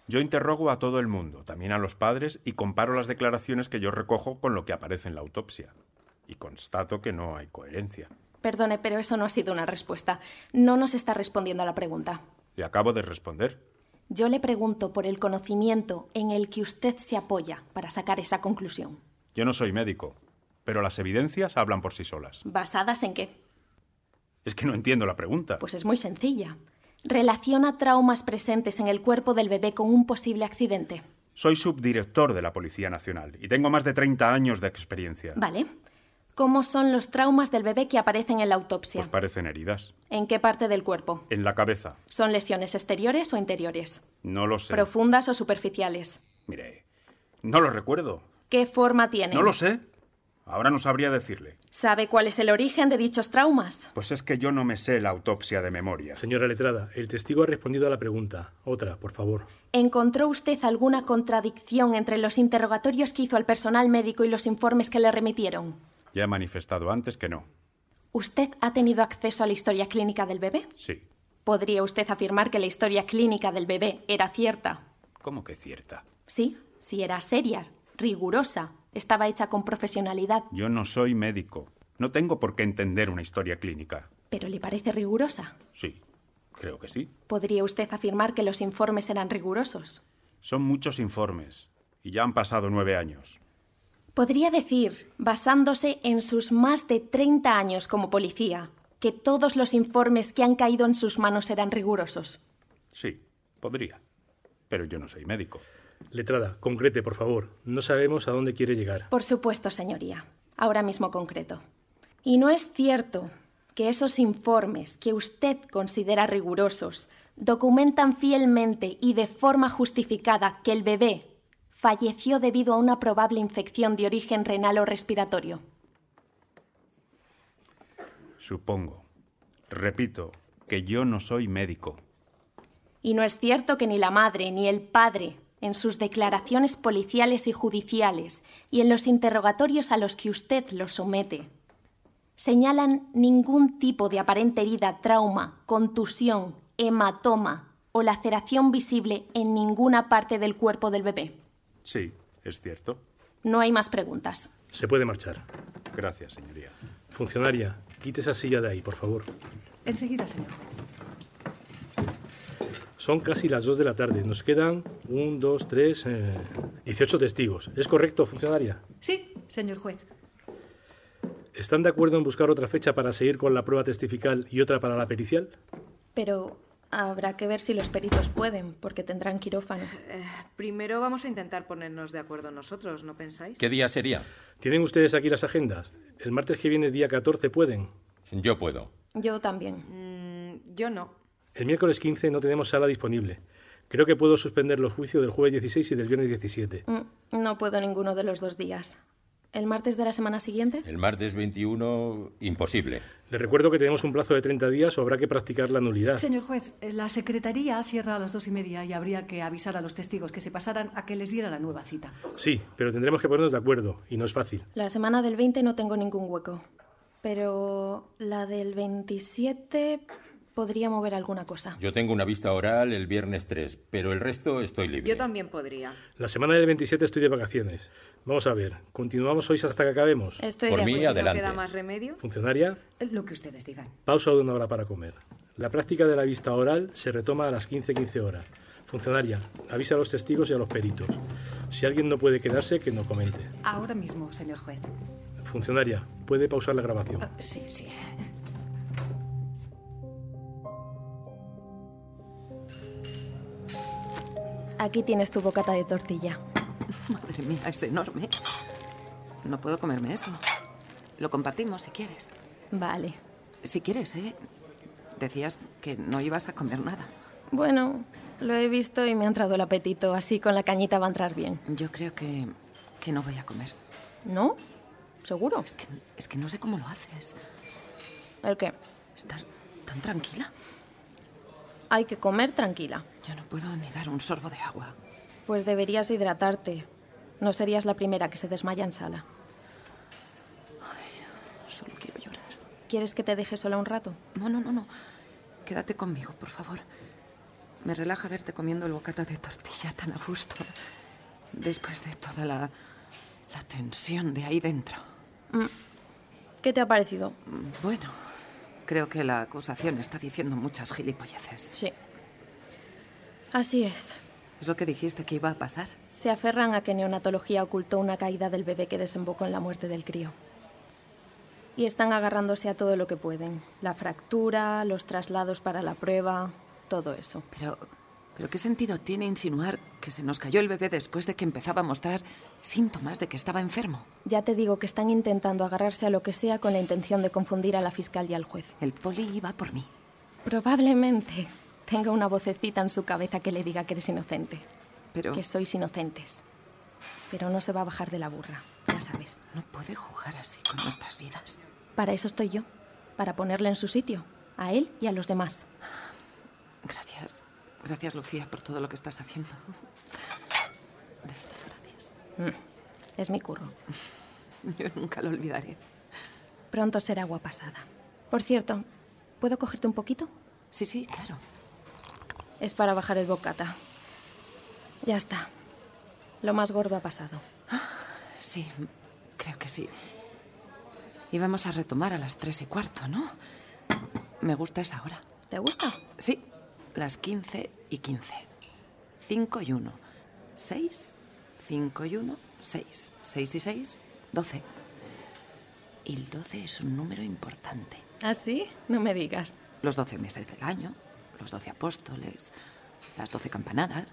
Yo interrogo a todo el mundo, también a los padres, y comparo las declaraciones que yo recojo con lo que aparece en la autopsia. Y constato que no hay coherencia.
Perdone, pero eso no ha sido una respuesta. No nos está respondiendo a la pregunta.
Le acabo de responder.
Yo le pregunto por el conocimiento en el que usted se apoya para sacar esa conclusión.
Yo no soy médico, pero las evidencias hablan por sí solas.
¿Basadas en qué?
Es que no entiendo la pregunta.
Pues es muy sencilla. Relaciona traumas presentes en el cuerpo del bebé con un posible accidente.
Soy subdirector de la Policía Nacional y tengo más de 30 años de experiencia.
Vale. ¿Cómo son los traumas del bebé que aparecen en la autopsia?
Pues parecen heridas.
¿En qué parte del cuerpo?
En la cabeza.
¿Son lesiones exteriores o interiores?
No lo sé.
¿Profundas o superficiales?
Mire, no lo recuerdo.
¿Qué forma tienen?
No lo sé. Ahora no sabría decirle.
¿Sabe cuál es el origen de dichos traumas?
Pues es que yo no me sé la autopsia de memoria.
Señora letrada, el testigo ha respondido a la pregunta. Otra, por favor.
¿Encontró usted alguna contradicción entre los interrogatorios que hizo al personal médico y los informes que le remitieron?
Ya he manifestado antes que no.
¿Usted ha tenido acceso a la historia clínica del bebé?
Sí.
¿Podría usted afirmar que la historia clínica del bebé era cierta?
¿Cómo que cierta?
Sí, sí era seria, rigurosa, estaba hecha con profesionalidad.
Yo no soy médico. No tengo por qué entender una historia clínica.
¿Pero le parece rigurosa?
Sí, creo que sí.
¿Podría usted afirmar que los informes eran rigurosos?
Son muchos informes y ya han pasado nueve años.
Podría decir, basándose en sus más de 30 años como policía, que todos los informes que han caído en sus manos eran rigurosos.
Sí, podría. Pero yo no soy médico.
Letrada, concrete, por favor. No sabemos a dónde quiere llegar.
Por supuesto, señoría. Ahora mismo concreto. Y no es cierto que esos informes que usted considera rigurosos documentan fielmente y de forma justificada que el bebé falleció debido a una probable infección de origen renal o respiratorio.
Supongo. Repito, que yo no soy médico.
Y no es cierto que ni la madre ni el padre, en sus declaraciones policiales y judiciales y en los interrogatorios a los que usted los somete, señalan ningún tipo de aparente herida, trauma, contusión, hematoma o laceración visible en ninguna parte del cuerpo del bebé.
Sí, es cierto.
No hay más preguntas.
Se puede marchar.
Gracias, señoría.
Funcionaria, quite esa silla de ahí, por favor.
Enseguida, señor.
Son casi las 2 de la tarde. Nos quedan 1, 2, 3, 18 eh, testigos. ¿Es correcto, funcionaria?
Sí, señor juez.
¿Están de acuerdo en buscar otra fecha para seguir con la prueba testifical y otra para la pericial?
Pero habrá que ver si los peritos pueden, porque tendrán quirófano.
Eh, primero vamos a intentar ponernos de acuerdo nosotros, ¿no pensáis?
¿Qué día sería?
¿Tienen ustedes aquí las agendas? El martes que viene, día 14, pueden.
Yo puedo.
Yo también.
Mm, yo no.
El miércoles 15 no tenemos sala disponible. Creo que puedo suspender los juicios del jueves 16 y del viernes 17.
Mm, no puedo ninguno de los dos días. ¿El martes de la semana siguiente?
El martes 21, imposible.
Le recuerdo que tenemos un plazo de 30 días o habrá que practicar la nulidad.
Señor juez, eh, la secretaría cierra a las dos y media y habría que avisar a los testigos que se pasaran a que les diera la nueva cita.
Sí, pero tendremos que ponernos de acuerdo y no es fácil.
La semana del 20 no tengo ningún hueco, pero la del 27 podría mover alguna cosa.
Yo tengo una vista oral el viernes 3, pero el resto estoy libre.
Yo también podría.
La semana del 27 estoy de vacaciones. Vamos a ver, ¿continuamos hoy hasta que acabemos?
Estoy
Por
de
mí,
acuerdo.
adelante.
¿No queda más remedio?
Funcionaria,
Lo que ustedes digan.
pausa de una hora para comer. La práctica de la vista oral se retoma a las 15-15 horas. Funcionaria, avisa a los testigos y a los peritos. Si alguien no puede quedarse, que no comente.
Ahora mismo, señor juez.
Funcionaria, puede pausar la grabación.
Ah, sí, sí.
Aquí tienes tu bocata de tortilla.
Madre mía, es enorme. No puedo comerme eso. Lo compartimos si quieres.
Vale.
Si quieres, ¿eh? Decías que no ibas a comer nada.
Bueno, lo he visto y me ha entrado el apetito, así con la cañita va a entrar bien.
Yo creo que, que no voy a comer.
¿No? ¿Seguro?
Es que, es que no sé cómo lo haces.
¿El qué?
¿Estar tan tranquila?
Hay que comer tranquila.
Yo no puedo ni dar un sorbo de agua.
Pues deberías hidratarte. No serías la primera que se desmaya en sala.
Solo quiero llorar.
¿Quieres que te deje sola un rato?
No, no, no, no. Quédate conmigo, por favor. Me relaja verte comiendo el bocata de tortilla tan a gusto. Después de toda la, la tensión de ahí dentro.
Mm. ¿Qué te ha parecido?
Bueno, creo que la acusación está diciendo muchas gilipolleces.
Sí. Así es.
Es lo que dijiste que iba a pasar.
Se aferran a que neonatología ocultó una caída del bebé que desembocó en la muerte del crío. Y están agarrándose a todo lo que pueden. La fractura, los traslados para la prueba, todo eso.
Pero, pero ¿qué sentido tiene insinuar que se nos cayó el bebé después de que empezaba a mostrar síntomas de que estaba enfermo?
Ya te digo que están intentando agarrarse a lo que sea con la intención de confundir a la fiscal y al juez.
El poli iba por mí.
Probablemente tenga una vocecita en su cabeza que le diga que eres inocente.
Pero...
Que sois inocentes. Pero no se va a bajar de la burra, ya sabes.
No puede jugar así con nuestras vidas.
Para eso estoy yo. Para ponerle en su sitio. A él y a los demás.
Gracias. Gracias, Lucía, por todo lo que estás haciendo. De verdad, gracias.
Mm. Es mi curro.
Yo nunca lo olvidaré.
Pronto será agua pasada. Por cierto, ¿puedo cogerte un poquito?
Sí, sí, claro.
Es para bajar el bocata. Ya está. Lo más gordo ha pasado.
Ah, sí, creo que sí. Y vamos a retomar a las tres y cuarto, ¿no? Me gusta esa hora.
¿Te gusta?
Sí, las 15 y 15. 5 y 1. 6, 5 y 1, 6. 6 y 6, 12. Y el 12 es un número importante.
¿Ah, sí? No me digas.
Los 12 meses del año, los 12 apóstoles, las 12 campanadas.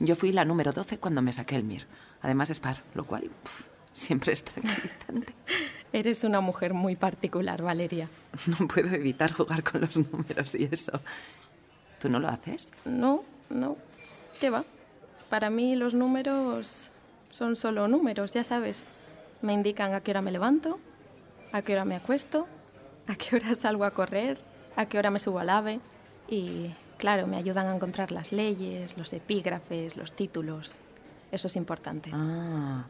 Yo fui la número 12 cuando me saqué el MIR. Además es par, lo cual pf, siempre es tranquilizante.
Eres una mujer muy particular, Valeria.
No puedo evitar jugar con los números y eso. ¿Tú no lo haces?
No, no. ¿Qué va? Para mí los números son solo números, ya sabes. Me indican a qué hora me levanto, a qué hora me acuesto, a qué hora salgo a correr, a qué hora me subo al ave. Y claro, me ayudan a encontrar las leyes, los epígrafes, los títulos. Eso es importante.
Ah,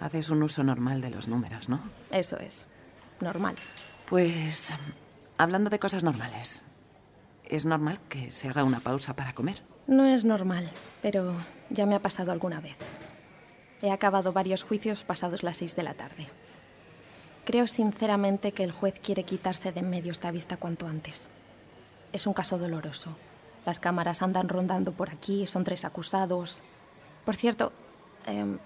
haces un uso normal de los números, ¿no?
Eso es, normal.
Pues, hablando de cosas normales, ¿es normal que se haga una pausa para comer?
No es normal, pero ya me ha pasado alguna vez. He acabado varios juicios pasados las seis de la tarde. Creo sinceramente que el juez quiere quitarse de en medio esta vista cuanto antes es un caso doloroso. Las cámaras andan rondando por aquí, son tres acusados. Por cierto, eh,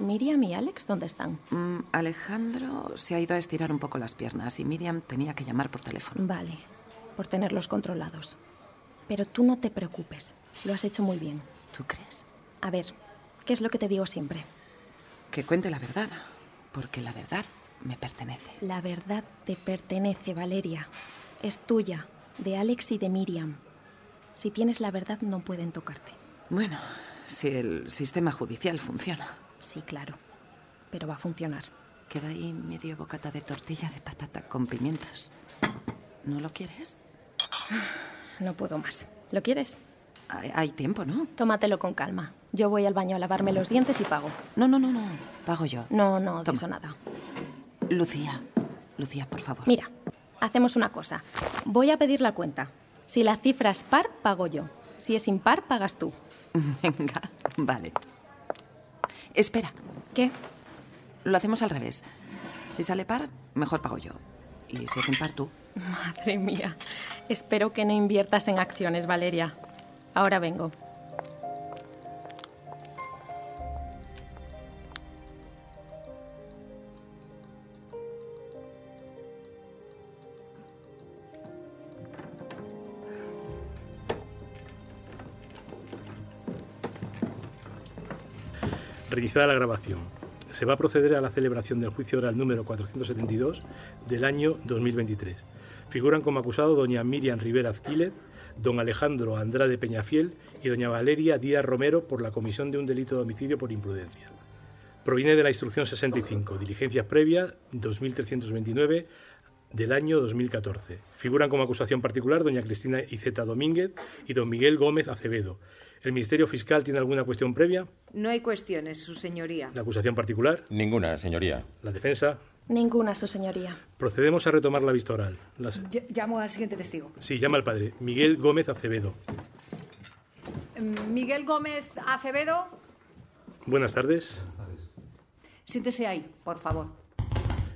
Miriam y Alex, ¿dónde están?
Mm, Alejandro se ha ido a estirar un poco las piernas y Miriam tenía que llamar por teléfono.
Vale, por tenerlos controlados. Pero tú no te preocupes, lo has hecho muy bien.
¿Tú crees?
A ver, ¿qué es lo que te digo siempre?
Que cuente la verdad, porque la verdad me pertenece.
La verdad te pertenece, Valeria. Es tuya, de Alex y de Miriam. Si tienes la verdad, no pueden tocarte.
Bueno, si el sistema judicial funciona.
Sí, claro. Pero va a funcionar.
Queda ahí medio bocata de tortilla de patata con pimientas. ¿No lo quieres?
No puedo más. ¿Lo quieres?
Hay, hay tiempo, ¿no?
Tómatelo con calma. Yo voy al baño a lavarme los dientes y pago.
No, no, no, no. Pago yo.
No, no, de eso nada.
Lucía. Lucía, por favor.
Mira, hacemos una cosa. Voy a pedir la cuenta. Si la cifra es par, pago yo. Si es impar, pagas tú.
Venga, vale. Espera.
¿Qué?
Lo hacemos al revés. Si sale par, mejor pago yo. Y si es impar, tú.
Madre mía. Espero que no inviertas en acciones, Valeria. Ahora vengo.
Realizada la grabación, se va a proceder a la celebración del juicio oral número 472 del año 2023. Figuran como acusados doña Miriam Rivera Azquilet, don Alejandro Andrade Peñafiel y doña Valeria Díaz Romero por la comisión de un delito de homicidio por imprudencia. Proviene de la instrucción 65, diligencias previas 2329 del año 2014. Figuran como acusación particular doña Cristina Iceta Domínguez y don Miguel Gómez Acevedo. ¿El Ministerio Fiscal tiene alguna cuestión previa?
No hay cuestiones, su señoría.
¿La acusación particular?
Ninguna, señoría.
¿La defensa?
Ninguna, su señoría.
Procedemos a retomar la vista oral. Las-
Ll- Llamo al siguiente testigo.
Sí, llama al padre. Miguel Gómez Acevedo.
Mm, Miguel Gómez Acevedo,
Buenas tardes.
siéntese ahí, por favor.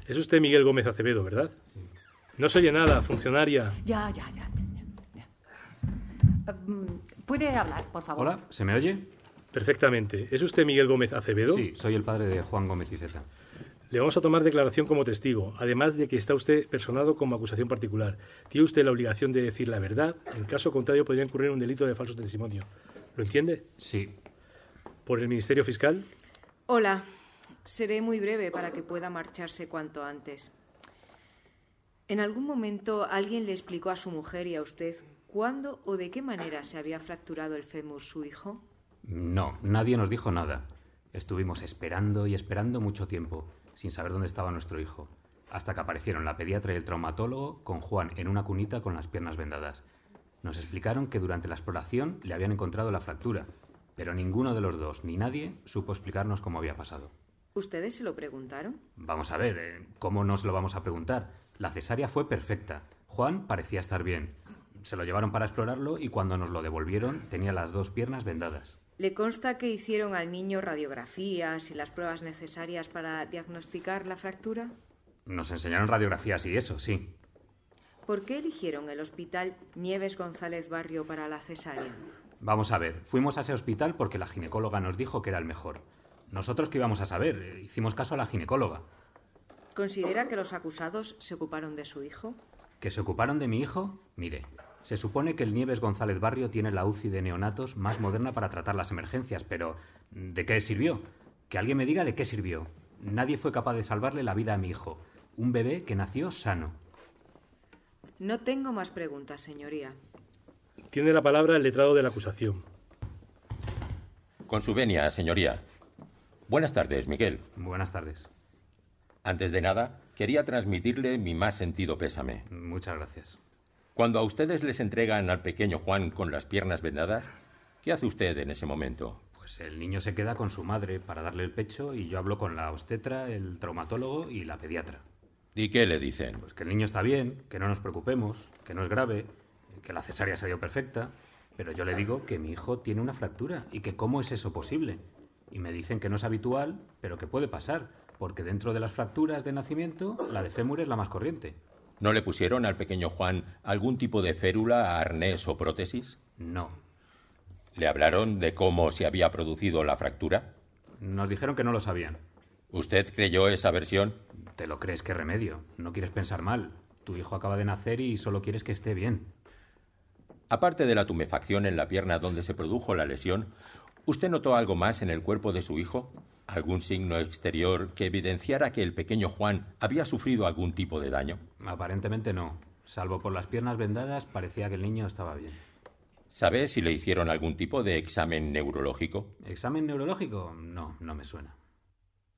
Es usted Miguel Gómez Acevedo, ¿verdad? No se oye nada, funcionaria.
Ya, ya, ya. ya. Mm, ¿Puede hablar, por favor?
Hola, ¿se me oye?
Perfectamente. ¿Es usted Miguel Gómez Acevedo?
Sí, soy el padre de Juan Gómez Iceta.
Le vamos a tomar declaración como testigo, además de que está usted personado como acusación particular. Tiene usted la obligación de decir la verdad, en caso contrario podría incurrir un delito de falso testimonio. ¿Lo entiende?
Sí.
¿Por el Ministerio Fiscal?
Hola, seré muy breve para que pueda marcharse cuanto antes. ¿En algún momento alguien le explicó a su mujer y a usted cuándo o de qué manera se había fracturado el fémur su hijo?
No, nadie nos dijo nada. Estuvimos esperando y esperando mucho tiempo, sin saber dónde estaba nuestro hijo, hasta que aparecieron la pediatra y el traumatólogo con Juan en una cunita con las piernas vendadas. Nos explicaron que durante la exploración le habían encontrado la fractura, pero ninguno de los dos ni nadie supo explicarnos cómo había pasado.
¿Ustedes se lo preguntaron?
Vamos a ver, eh, ¿cómo nos lo vamos a preguntar? La cesárea fue perfecta. Juan parecía estar bien. Se lo llevaron para explorarlo y cuando nos lo devolvieron tenía las dos piernas vendadas.
¿Le consta que hicieron al niño radiografías y las pruebas necesarias para diagnosticar la fractura?
Nos enseñaron radiografías y eso, sí.
¿Por qué eligieron el hospital Nieves González Barrio para la cesárea?
Vamos a ver, fuimos a ese hospital porque la ginecóloga nos dijo que era el mejor. Nosotros qué íbamos a saber, Eh, hicimos caso a la ginecóloga.
¿Considera que los acusados se ocuparon de su hijo?
¿Que se ocuparon de mi hijo? Mire, se supone que el Nieves González Barrio tiene la UCI de neonatos más moderna para tratar las emergencias, pero ¿de qué sirvió? Que alguien me diga de qué sirvió. Nadie fue capaz de salvarle la vida a mi hijo, un bebé que nació sano.
No tengo más preguntas, señoría.
Tiene la palabra el letrado de la acusación.
Con su venia, señoría. Buenas tardes, Miguel.
Buenas tardes.
Antes de nada, quería transmitirle mi más sentido pésame.
Muchas gracias.
Cuando a ustedes les entregan al pequeño Juan con las piernas vendadas, ¿qué hace usted en ese momento?
Pues el niño se queda con su madre para darle el pecho y yo hablo con la obstetra, el traumatólogo y la pediatra.
¿Y qué le dicen?
Pues que el niño está bien, que no nos preocupemos, que no es grave, que la cesárea salió perfecta, pero yo le digo que mi hijo tiene una fractura y que cómo es eso posible. Y me dicen que no es habitual, pero que puede pasar, porque dentro de las fracturas de nacimiento, la de fémur es la más corriente.
¿No le pusieron al pequeño Juan algún tipo de férula, arnés o prótesis?
No.
¿Le hablaron de cómo se había producido la fractura?
Nos dijeron que no lo sabían.
¿Usted creyó esa versión?
¿Te lo crees qué remedio? No quieres pensar mal. Tu hijo acaba de nacer y solo quieres que esté bien.
Aparte de la tumefacción en la pierna donde se produjo la lesión, ¿usted notó algo más en el cuerpo de su hijo? ¿Algún signo exterior que evidenciara que el pequeño Juan había sufrido algún tipo de daño?
Aparentemente no. Salvo por las piernas vendadas, parecía que el niño estaba bien.
¿Sabe si le hicieron algún tipo de examen neurológico?
¿Examen neurológico? No, no me suena.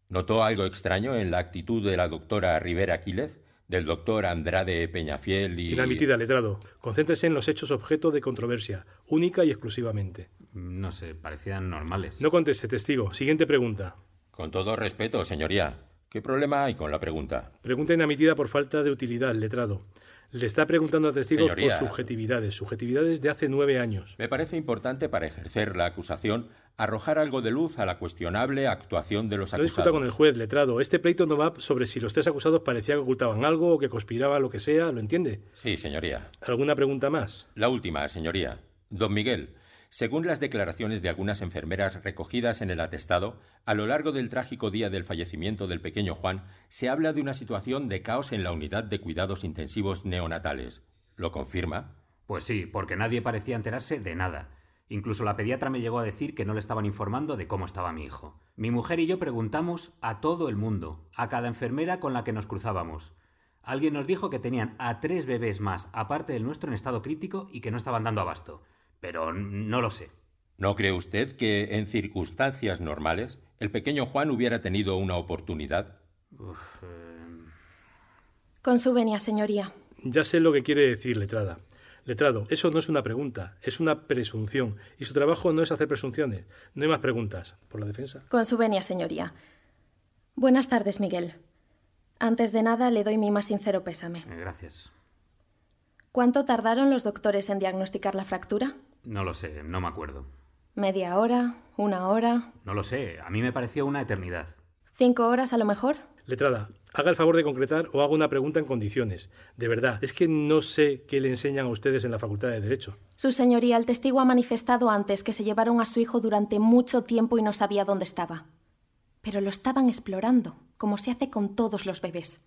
¿Notó algo extraño en la actitud de la doctora Rivera Quílez, del doctor Andrade Peñafiel y...
Inamitida, letrado. Concéntrese en los hechos objeto de controversia, única y exclusivamente.
No sé, parecían normales.
No conteste, testigo. Siguiente pregunta.
Con todo respeto, señoría, ¿qué problema hay con la pregunta?
Pregunta inamitida por falta de utilidad, letrado. Le está preguntando al testigo
Señoría.
por subjetividades, subjetividades de hace nueve años.
Me parece importante para ejercer la acusación arrojar algo de luz a la cuestionable actuación de los
No discuta
acusados.
con el juez, letrado. Este pleito no va sobre si los tres acusados parecía que ocultaban algo o que conspiraba lo que sea, ¿lo entiende?
Sí, señoría.
¿Alguna pregunta más?
La última, señoría. Don Miguel, según las declaraciones de algunas enfermeras recogidas en el atestado, a lo largo del trágico día del fallecimiento del pequeño Juan, se habla de una situación de caos en la unidad de cuidados intensivos neonatales. ¿Lo confirma?
Pues sí, porque nadie parecía enterarse de nada. Incluso la pediatra me llegó a decir que no le estaban informando de cómo estaba mi hijo. Mi mujer y yo preguntamos a todo el mundo, a cada enfermera con la que nos cruzábamos. Alguien nos dijo que tenían a tres bebés más, aparte del nuestro, en estado crítico y que no estaban dando abasto. Pero n- no lo sé.
¿No cree usted que, en circunstancias normales, el pequeño Juan hubiera tenido una oportunidad?
Uf, eh,
Con su venia, señoría.
Ya sé lo que quiere decir, letrada. Letrado, eso no es una pregunta, es una presunción. Y su trabajo no es hacer presunciones. No hay más preguntas. ¿Por la defensa?
Con su venia, señoría. Buenas tardes, Miguel. Antes de nada, le doy mi más sincero pésame.
eh, Gracias.
¿Cuánto tardaron los doctores en diagnosticar la fractura?
No lo sé, no me acuerdo.
¿Media hora? ¿Una hora?
No lo sé, a mí me pareció una eternidad.
¿Cinco horas a lo mejor?
Letrada, haga el favor de concretar o haga una pregunta en condiciones. De verdad, es que no sé qué le enseñan a ustedes en la Facultad de Derecho.
Su señoría, el testigo ha manifestado antes que se llevaron a su hijo durante mucho tiempo y no sabía dónde estaba. Pero lo estaban explorando, como se hace con todos los bebés.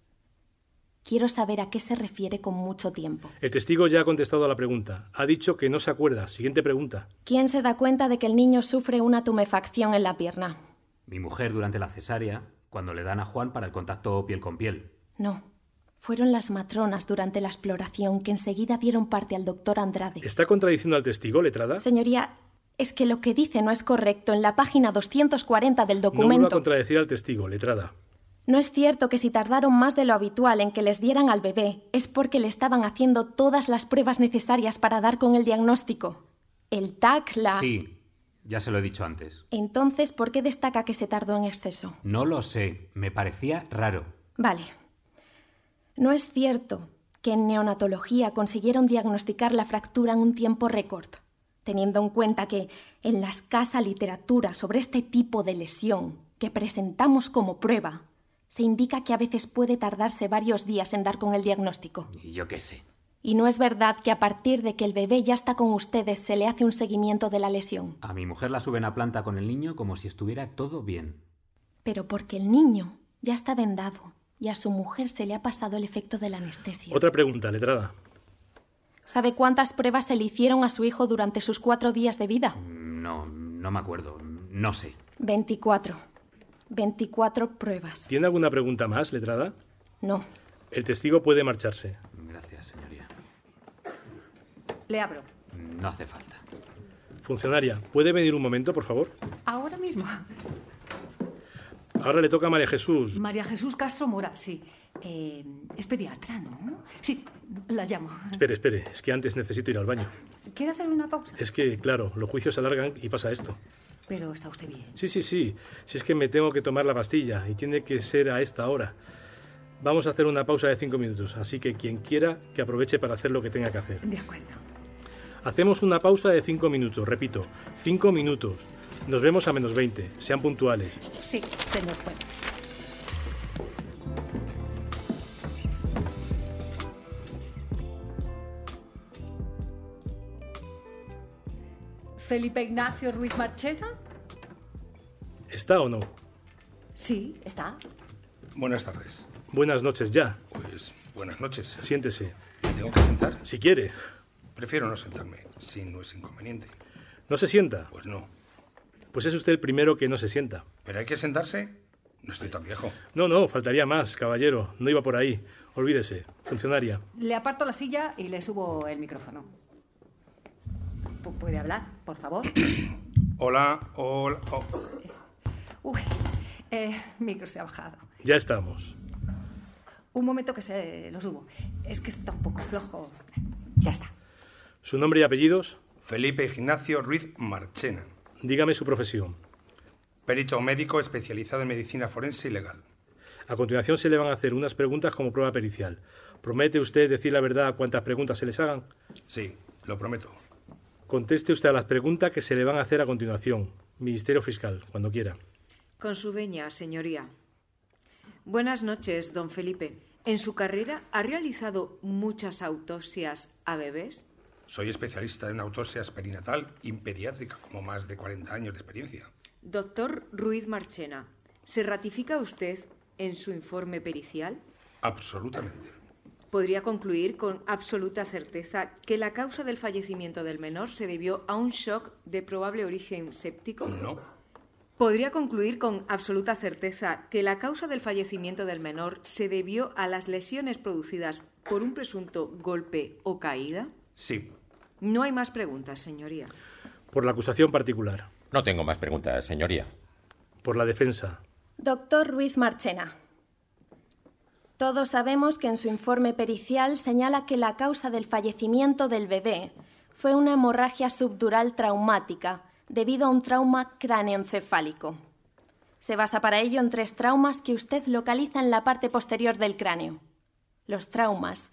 Quiero saber a qué se refiere con mucho tiempo.
El testigo ya ha contestado a la pregunta. Ha dicho que no se acuerda. Siguiente pregunta.
¿Quién se da cuenta de que el niño sufre una tumefacción en la pierna?
Mi mujer durante la cesárea, cuando le dan a Juan para el contacto piel con piel.
No. Fueron las matronas durante la exploración que enseguida dieron parte al doctor Andrade.
¿Está contradiciendo al testigo, letrada?
Señoría, es que lo que dice no es correcto. En la página 240 del
No vuelva a
documento.
contradecir al testigo, letrada.
No es cierto que si tardaron más de lo habitual en que les dieran al bebé es porque le estaban haciendo todas las pruebas necesarias para dar con el diagnóstico. El TAC, la...
Sí, ya se lo he dicho antes.
Entonces, ¿por qué destaca que se tardó en exceso?
No lo sé, me parecía raro.
Vale. No es cierto que en neonatología consiguieron diagnosticar la fractura en un tiempo récord, teniendo en cuenta que en la escasa literatura sobre este tipo de lesión que presentamos como prueba, se indica que a veces puede tardarse varios días en dar con el diagnóstico.
Y yo qué sé.
Y no es verdad que a partir de que el bebé ya está con ustedes se le hace un seguimiento de la lesión,
A mi mujer la suben a planta con el niño como si estuviera todo bien.
pero porque el niño ya está vendado y a su mujer se le ha pasado el efecto de la anestesia.
Otra pregunta, letrada.
¿Sabe cuántas pruebas se le hicieron a su hijo durante sus cuatro días de vida?
No, no me acuerdo, no sé.
24. 24 pruebas.
¿Tiene alguna pregunta más, letrada?
No.
El testigo puede marcharse.
Gracias, señoría.
Le abro.
No hace falta.
Funcionaria, ¿puede venir un momento, por favor?
Ahora mismo.
Ahora le toca a María Jesús.
María Jesús Castro Mora, sí. Eh, es pediatra, ¿no? Sí, la llamo.
Espere, espere, es que antes necesito ir al baño.
¿Quiere hacer una pausa?
Es que, claro, los juicios se alargan y pasa esto.
Pero está usted bien.
Sí, sí, sí. Si es que me tengo que tomar la pastilla y tiene que ser a esta hora. Vamos a hacer una pausa de cinco minutos, así que quien quiera que aproveche para hacer lo que tenga que hacer.
De acuerdo.
Hacemos una pausa de cinco minutos, repito, cinco minutos. Nos vemos a menos 20, sean puntuales.
Sí, señor juez. Felipe Ignacio Ruiz Marchena.
¿Está o no?
Sí, está.
Buenas tardes.
Buenas noches ya.
Pues buenas noches.
Siéntese.
¿Me tengo que sentar?
Si quiere.
Prefiero no sentarme, si no es inconveniente.
¿No se sienta?
Pues no.
Pues es usted el primero que no se sienta.
¿Pero hay que sentarse? No estoy tan viejo.
No, no, faltaría más, caballero. No iba por ahí. Olvídese. Funcionaria.
Le aparto la silla y le subo el micrófono. Pu- ¿Puede hablar, por favor?
Hola, hola. oh.
Uy, eh, micro se ha bajado.
Ya estamos.
Un momento que se lo subo. Es que está un poco flojo.
¿Su nombre y apellidos?
Felipe Ignacio Ruiz Marchena.
Dígame su profesión.
Perito médico especializado en medicina forense y legal.
A continuación se le van a hacer unas preguntas como prueba pericial. ¿Promete usted decir la verdad a cuantas preguntas se les hagan?
Sí, lo prometo.
Conteste usted a las preguntas que se le van a hacer a continuación. Ministerio Fiscal, cuando quiera.
Con su veña, señoría. Buenas noches, don Felipe. En su carrera ha realizado muchas autopsias a bebés.
Soy especialista en autopsias perinatal y pediátrica, como más de 40 años de experiencia.
Doctor Ruiz Marchena, ¿se ratifica usted en su informe pericial?
Absolutamente.
Podría concluir con absoluta certeza que la causa del fallecimiento del menor se debió a un shock de probable origen séptico.
No.
Podría concluir con absoluta certeza que la causa del fallecimiento del menor se debió a las lesiones producidas por un presunto golpe o caída.
Sí.
No hay más preguntas, señoría.
Por la acusación particular.
No tengo más preguntas, señoría.
Por la defensa.
Doctor Ruiz Marchena. Todos sabemos que en su informe pericial señala que la causa del fallecimiento del bebé fue una hemorragia subdural traumática debido a un trauma cráneoencefálico. Se basa para ello en tres traumas que usted localiza en la parte posterior del cráneo. Los traumas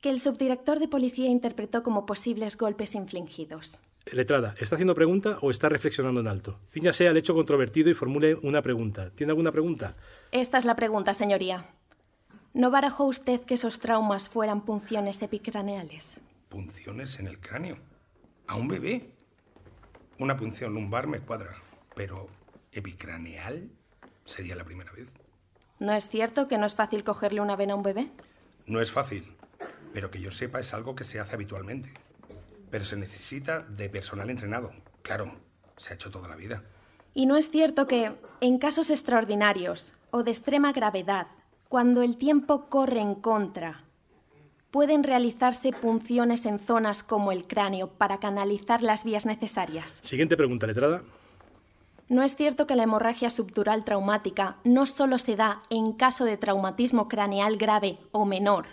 que el subdirector de policía interpretó como posibles golpes infligidos.
Letrada, ¿está haciendo pregunta o está reflexionando en alto? Cíñase al hecho controvertido y formule una pregunta. ¿Tiene alguna pregunta?
Esta es la pregunta, señoría. ¿No barajó usted que esos traumas fueran punciones epicraneales?
Punciones en el cráneo. A un bebé. Una punción lumbar me cuadra, pero epicraneal sería la primera vez.
¿No es cierto que no es fácil cogerle una vena a un bebé?
No es fácil, pero que yo sepa es algo que se hace habitualmente. Pero se necesita de personal entrenado. Claro, se ha hecho toda la vida.
¿Y no es cierto que, en casos extraordinarios o de extrema gravedad, cuando el tiempo corre en contra, pueden realizarse punciones en zonas como el cráneo para canalizar las vías necesarias?
Siguiente pregunta, letrada.
¿No es cierto que la hemorragia subdural traumática no solo se da en caso de traumatismo craneal grave o menor,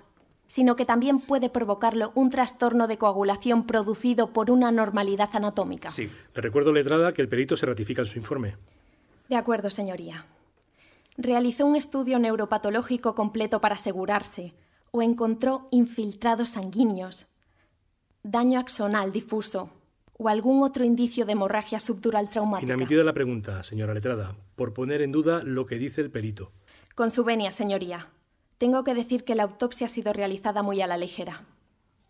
sino que también puede provocarlo un trastorno de coagulación producido por una anormalidad anatómica?
Sí. Le recuerdo, letrada, que el perito se ratifica en su informe.
De acuerdo, señoría. Realizó un estudio neuropatológico completo para asegurarse o encontró infiltrados sanguíneos, daño axonal difuso, o algún otro indicio de hemorragia subdural traumática.
Inamitida la pregunta, señora letrada, por poner en duda lo que dice el perito.
Con su venia, señoría. Tengo que decir que la autopsia ha sido realizada muy a la ligera.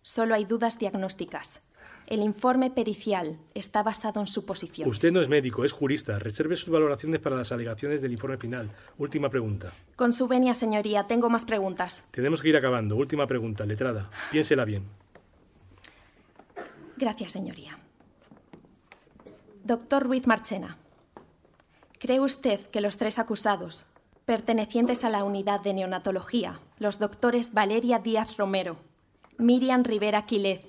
Solo hay dudas diagnósticas. El informe pericial está basado en suposiciones.
Usted no es médico, es jurista. Reserve sus valoraciones para las alegaciones del informe final. Última pregunta.
Con su venia, señoría, tengo más preguntas.
Tenemos que ir acabando. Última pregunta, letrada. Piénsela bien.
Gracias, señoría. Doctor Ruiz Marchena, ¿cree usted que los tres acusados, pertenecientes a la unidad de neonatología, los doctores Valeria Díaz Romero, Miriam Rivera Quilez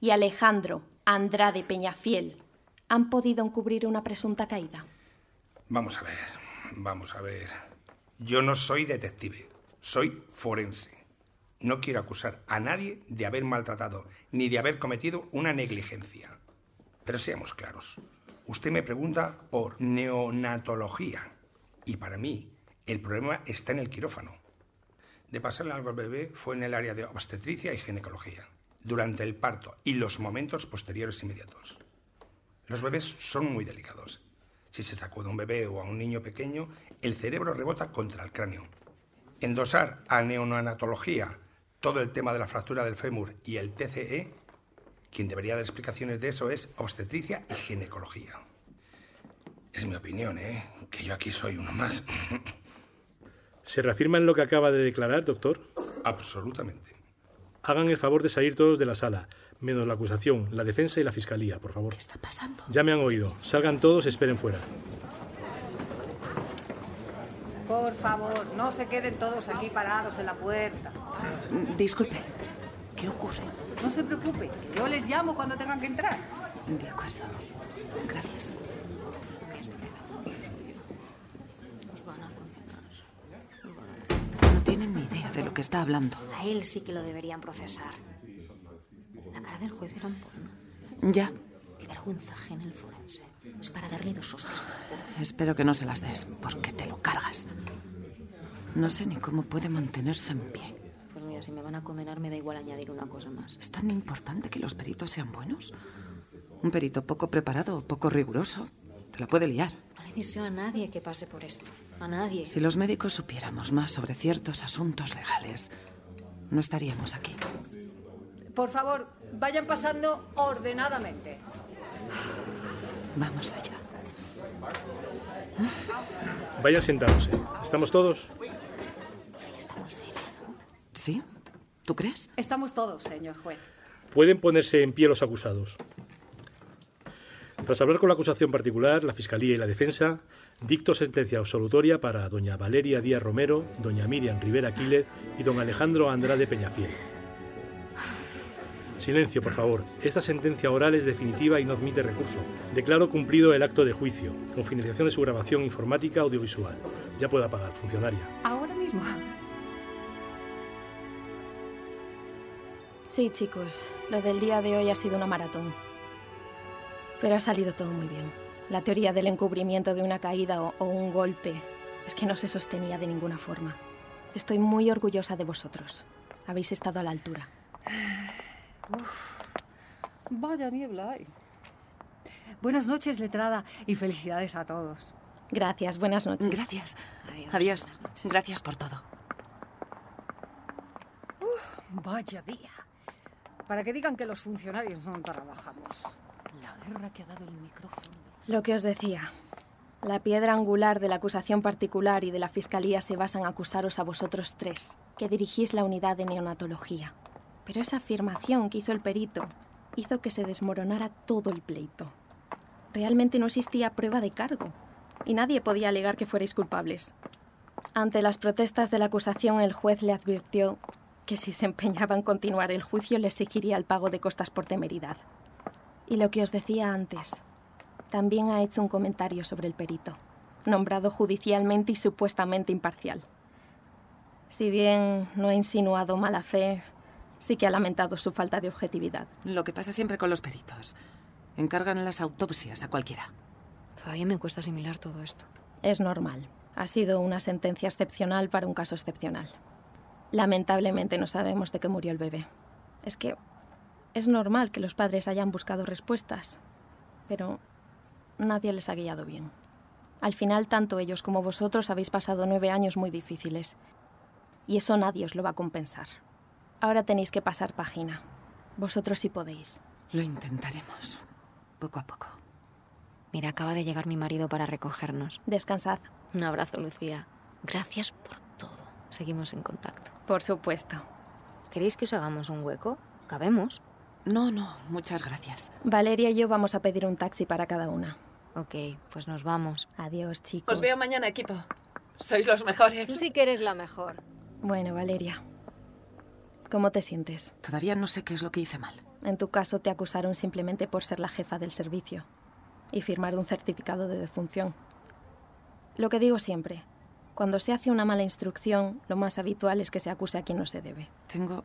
y Alejandro Andrade Peñafiel, han podido encubrir una presunta caída?
Vamos a ver, vamos a ver. Yo no soy detective, soy forense. No quiero acusar a nadie de haber maltratado ni de haber cometido una negligencia. Pero seamos claros. Usted me pregunta por neonatología. Y para mí, el problema está en el quirófano. De pasarle algo al bebé fue en el área de obstetricia y ginecología, durante el parto y los momentos posteriores inmediatos. Los bebés son muy delicados. Si se sacude a un bebé o a un niño pequeño, el cerebro rebota contra el cráneo. Endosar a neonatología todo el tema de la fractura del fémur y el TCE quien debería dar explicaciones de eso es obstetricia y ginecología. Es mi opinión, ¿eh? Que yo aquí soy uno más.
¿Se reafirma en lo que acaba de declarar, doctor?
Absolutamente.
Hagan el favor de salir todos de la sala, menos la acusación, la defensa y la fiscalía, por favor. ¿Qué
está pasando?
Ya me han oído. Salgan todos, esperen fuera.
Por favor, no se queden todos aquí parados en la puerta.
Disculpe, ¿qué ocurre?
No se preocupe, que yo les llamo cuando tengan que entrar.
De acuerdo. Gracias. No tienen ni idea de lo que está hablando.
A él sí que lo deberían procesar. La cara del juez era un porno.
Ya.
Qué vergüenza ajena el forense. Es para darle dos sustos. te lo juro.
Espero que no se las des, porque te lo cargas. No sé ni cómo puede mantenerse en pie.
Pues mira, si me van a condenar me da igual añadir una cosa más.
¿Es tan importante que los peritos sean buenos? Un perito poco preparado, poco riguroso, te la puede liar.
No le deseo a nadie que pase por esto. A nadie.
Si los médicos supiéramos más sobre ciertos asuntos legales, no estaríamos aquí.
Por favor, vayan pasando ordenadamente.
Vamos allá.
Vayan sentándose. ¿Estamos todos?
¿Sí? ¿Tú crees?
Estamos todos, señor juez.
Pueden ponerse en pie los acusados. Tras hablar con la acusación particular, la Fiscalía y la Defensa, dicto sentencia absolutoria para doña Valeria Díaz Romero, doña Miriam Rivera Quílez y don Alejandro Andrade Peñafiel. Silencio, por favor. Esta sentencia oral es definitiva y no admite recurso. Declaro cumplido el acto de juicio, con finalización de su grabación informática audiovisual. Ya puede apagar, funcionaria.
Ahora mismo.
Sí, chicos, lo del día de hoy ha sido una maratón. Pero ha salido todo muy bien. La teoría del encubrimiento de una caída o, o un golpe es que no se sostenía de ninguna forma. Estoy muy orgullosa de vosotros. Habéis estado a la altura.
Vaya niebla hay. Buenas noches, letrada, y felicidades a todos.
Gracias, buenas noches.
Gracias. Adiós. Gracias por todo.
Vaya día. Para que digan que los funcionarios no trabajamos. La guerra que ha dado el micrófono.
Lo que os decía. La piedra angular de la acusación particular y de la fiscalía se basa en acusaros a vosotros tres, que dirigís la unidad de neonatología. Pero esa afirmación que hizo el perito hizo que se desmoronara todo el pleito. Realmente no existía prueba de cargo y nadie podía alegar que fuerais culpables. Ante las protestas de la acusación, el juez le advirtió que si se empeñaba en continuar el juicio le exigiría el pago de costas por temeridad. Y lo que os decía antes, también ha hecho un comentario sobre el perito, nombrado judicialmente y supuestamente imparcial. Si bien no ha insinuado mala fe, sí que ha lamentado su falta de objetividad.
Lo que pasa siempre con los peritos. Encargan las autopsias a cualquiera.
Todavía me cuesta asimilar todo esto.
Es normal. Ha sido una sentencia excepcional para un caso excepcional. Lamentablemente no sabemos de qué murió el bebé. Es que es normal que los padres hayan buscado respuestas, pero nadie les ha guiado bien. Al final, tanto ellos como vosotros habéis pasado nueve años muy difíciles, y eso nadie os lo va a compensar. Ahora tenéis que pasar página. Vosotros sí podéis.
Lo intentaremos, poco a poco.
Mira, acaba de llegar mi marido para recogernos.
Descansad.
Un abrazo, Lucía. Gracias por todo. Seguimos en contacto.
Por supuesto.
¿Queréis que os hagamos un hueco? ¿Cabemos?
No, no, muchas gracias.
Valeria y yo vamos a pedir un taxi para cada una.
Ok, pues nos vamos. Pues-
Adiós, chicos.
Os veo mañana, equipo. Sois los mejores.
Sí que eres la mejor.
Bueno, Valeria. ¿Cómo te sientes?
Todavía no sé qué es lo que hice mal.
En tu caso te acusaron simplemente por ser la jefa del servicio y firmar un certificado de defunción. Lo que digo siempre, cuando se hace una mala instrucción, lo más habitual es que se acuse a quien no se debe.
Tengo...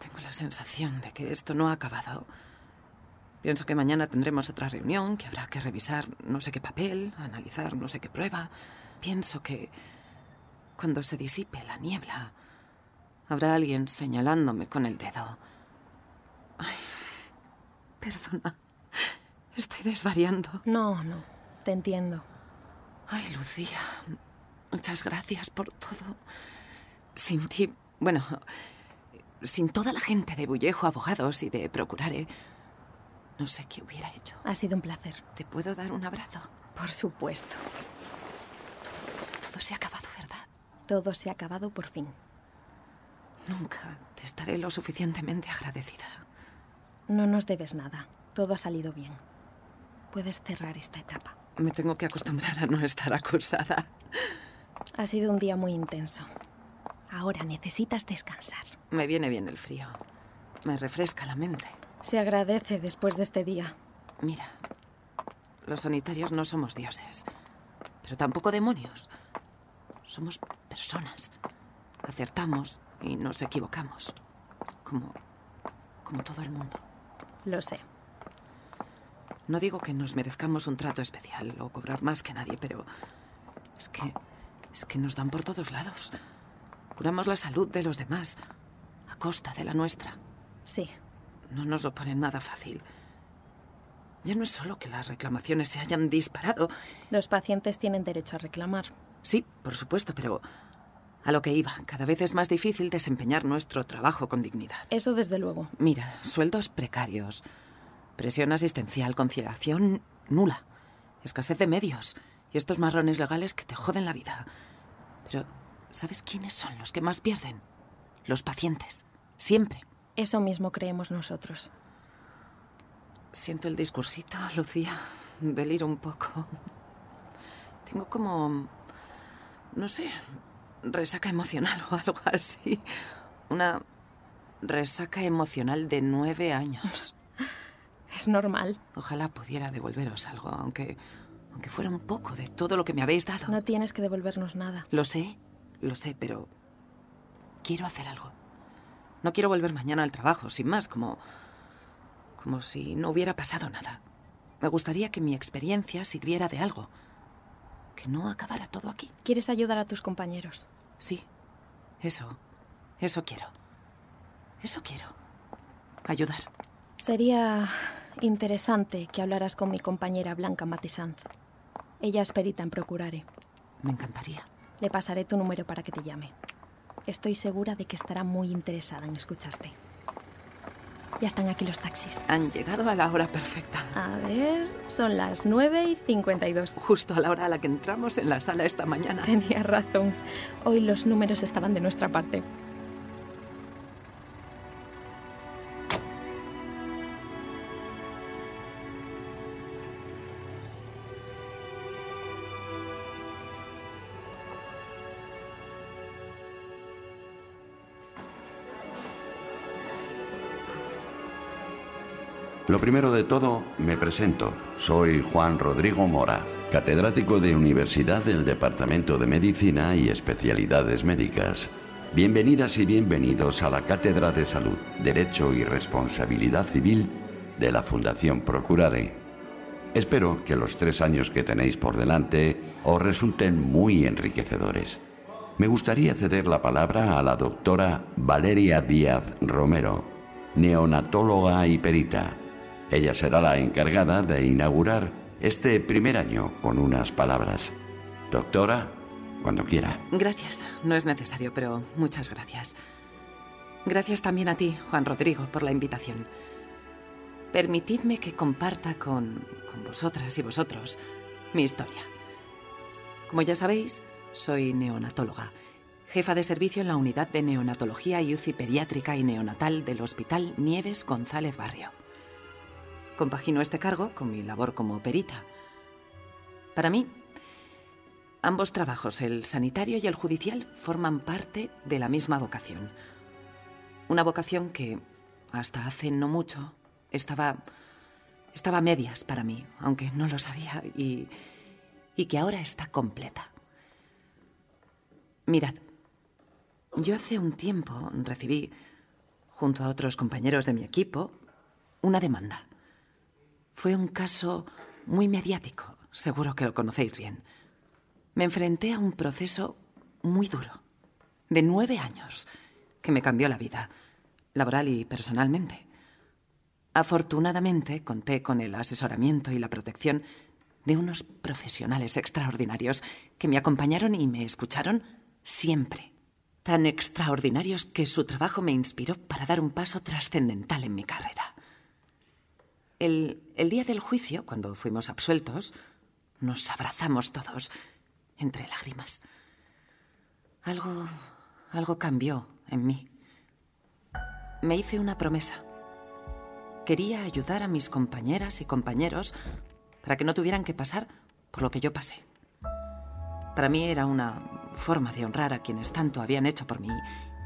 Tengo la sensación de que esto no ha acabado. Pienso que mañana tendremos otra reunión, que habrá que revisar no sé qué papel, analizar no sé qué prueba. Pienso que cuando se disipe la niebla, habrá alguien señalándome con el dedo. Ay, perdona. Estoy desvariando.
No, no. Te entiendo.
Ay, Lucía. Muchas gracias por todo. Sin ti, bueno, sin toda la gente de Bullejo Abogados y de Procurare, no sé qué hubiera hecho.
Ha sido un placer.
¿Te puedo dar un abrazo?
Por supuesto.
Todo, todo se ha acabado, ¿verdad?
Todo se ha acabado por fin.
Nunca te estaré lo suficientemente agradecida.
No nos debes nada. Todo ha salido bien. Puedes cerrar esta etapa.
Me tengo que acostumbrar a no estar acusada.
Ha sido un día muy intenso. Ahora necesitas descansar.
Me viene bien el frío. Me refresca la mente.
Se agradece después de este día.
Mira, los sanitarios no somos dioses, pero tampoco demonios. Somos personas. Acertamos y nos equivocamos. Como. como todo el mundo.
Lo sé.
No digo que nos merezcamos un trato especial o cobrar más que nadie, pero es que es que nos dan por todos lados. Curamos la salud de los demás a costa de la nuestra.
Sí.
No nos lo ponen nada fácil. Ya no es solo que las reclamaciones se hayan disparado.
Los pacientes tienen derecho a reclamar.
Sí, por supuesto, pero a lo que iba, cada vez es más difícil desempeñar nuestro trabajo con dignidad.
Eso desde luego.
Mira, sueldos precarios, Presión asistencial, conciliación nula, escasez de medios y estos marrones legales que te joden la vida. Pero, ¿sabes quiénes son los que más pierden? Los pacientes. Siempre.
Eso mismo creemos nosotros.
Siento el discursito, Lucía. Deliro un poco. Tengo como... no sé, resaca emocional o algo así. Una resaca emocional de nueve años.
Es normal.
Ojalá pudiera devolveros algo, aunque, aunque fuera un poco de todo lo que me habéis dado.
No tienes que devolvernos nada.
Lo sé, lo sé, pero quiero hacer algo. No quiero volver mañana al trabajo, sin más, como. como si no hubiera pasado nada. Me gustaría que mi experiencia sirviera de algo. Que no acabara todo aquí.
¿Quieres ayudar a tus compañeros?
Sí, eso. Eso quiero. Eso quiero. Ayudar.
Sería interesante que hablaras con mi compañera Blanca Matisanz. Ella es perita en Procurare.
Me encantaría.
Le pasaré tu número para que te llame. Estoy segura de que estará muy interesada en escucharte. Ya están aquí los taxis.
Han llegado a la hora perfecta.
A ver, son las 9 y 52.
Justo a la hora a la que entramos en la sala esta mañana.
Tenía razón. Hoy los números estaban de nuestra parte.
Lo primero de todo, me presento. Soy Juan Rodrigo Mora, catedrático de Universidad del Departamento de Medicina y Especialidades Médicas. Bienvenidas y bienvenidos a la Cátedra de Salud, Derecho y Responsabilidad Civil de la Fundación Procurare. Espero que los tres años que tenéis por delante os resulten muy enriquecedores. Me gustaría ceder la palabra a la doctora Valeria Díaz Romero, neonatóloga y perita. Ella será la encargada de inaugurar este primer año con unas palabras. Doctora, cuando quiera.
Gracias. No es necesario, pero muchas gracias. Gracias también a ti, Juan Rodrigo, por la invitación. Permitidme que comparta con, con vosotras y vosotros mi historia. Como ya sabéis, soy neonatóloga, jefa de servicio en la unidad de neonatología y UCI pediátrica y neonatal del Hospital Nieves González Barrio. Compagino este cargo con mi labor como perita. Para mí, ambos trabajos, el sanitario y el judicial, forman parte de la misma vocación. Una vocación que hasta hace no mucho estaba estaba a medias para mí, aunque no lo sabía y y que ahora está completa. Mirad, yo hace un tiempo recibí junto a otros compañeros de mi equipo una demanda fue un caso muy mediático, seguro que lo conocéis bien. Me enfrenté a un proceso muy duro, de nueve años, que me cambió la vida, laboral y personalmente. Afortunadamente conté con el asesoramiento y la protección de unos profesionales extraordinarios que me acompañaron y me escucharon siempre. Tan extraordinarios que su trabajo me inspiró para dar un paso trascendental en mi carrera. El, el, día del juicio, cuando fuimos absueltos, nos abrazamos todos, entre lágrimas. Algo. algo cambió en mí. Me hice una promesa. Quería ayudar a mis compañeras y compañeros para que no tuvieran que pasar por lo que yo pasé. Para mí era una forma de honrar a quienes tanto habían hecho por mí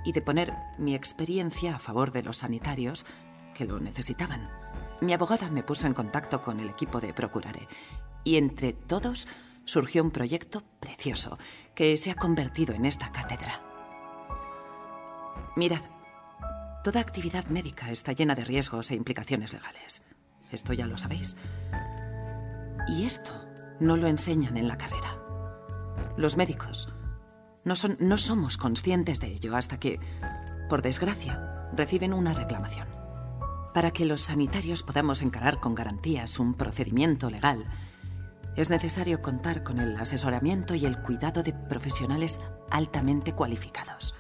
y de poner mi experiencia a favor de los sanitarios que lo necesitaban. Mi abogada me puso en contacto con el equipo de Procurare y entre todos surgió un proyecto precioso que se ha convertido en esta cátedra. Mirad, toda actividad médica está llena de riesgos e implicaciones legales. Esto ya lo sabéis. Y esto no lo enseñan en la carrera. Los médicos no, son, no somos conscientes de ello hasta que, por desgracia, reciben una reclamación. Para que los sanitarios podamos encarar con garantías un procedimiento legal, es necesario contar con el asesoramiento y el cuidado de profesionales altamente cualificados.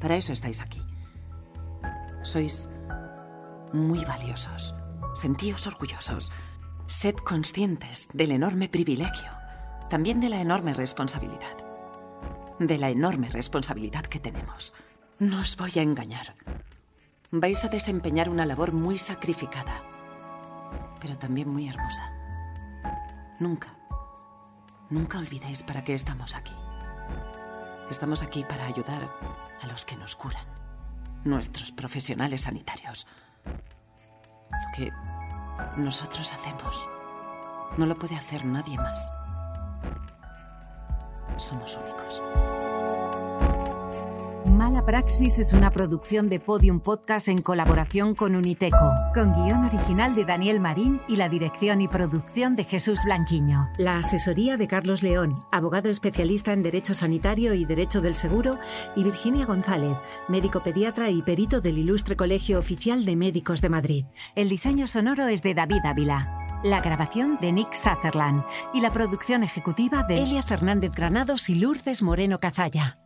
Para eso estáis aquí. Sois muy valiosos. Sentíos orgullosos. Sed conscientes del enorme privilegio, también de la enorme responsabilidad. De la enorme responsabilidad que tenemos. No os voy a engañar vais a desempeñar una labor muy sacrificada, pero también muy hermosa. Nunca, nunca olvidéis para qué estamos aquí. Estamos aquí para ayudar a los que nos curan, nuestros profesionales sanitarios. Lo que nosotros hacemos no lo puede hacer nadie más. Somos únicos.
Mala Praxis es una producción de Podium Podcast en colaboración con Uniteco, con guión original de Daniel Marín y la dirección y producción de Jesús Blanquiño. La asesoría de Carlos León, abogado especialista en Derecho Sanitario y Derecho del Seguro, y Virginia González, médico pediatra y perito del Ilustre Colegio Oficial de Médicos de Madrid. El diseño sonoro es de David Ávila. La grabación de Nick Sutherland y la producción ejecutiva de Elia Fernández Granados y Lourdes Moreno Cazalla.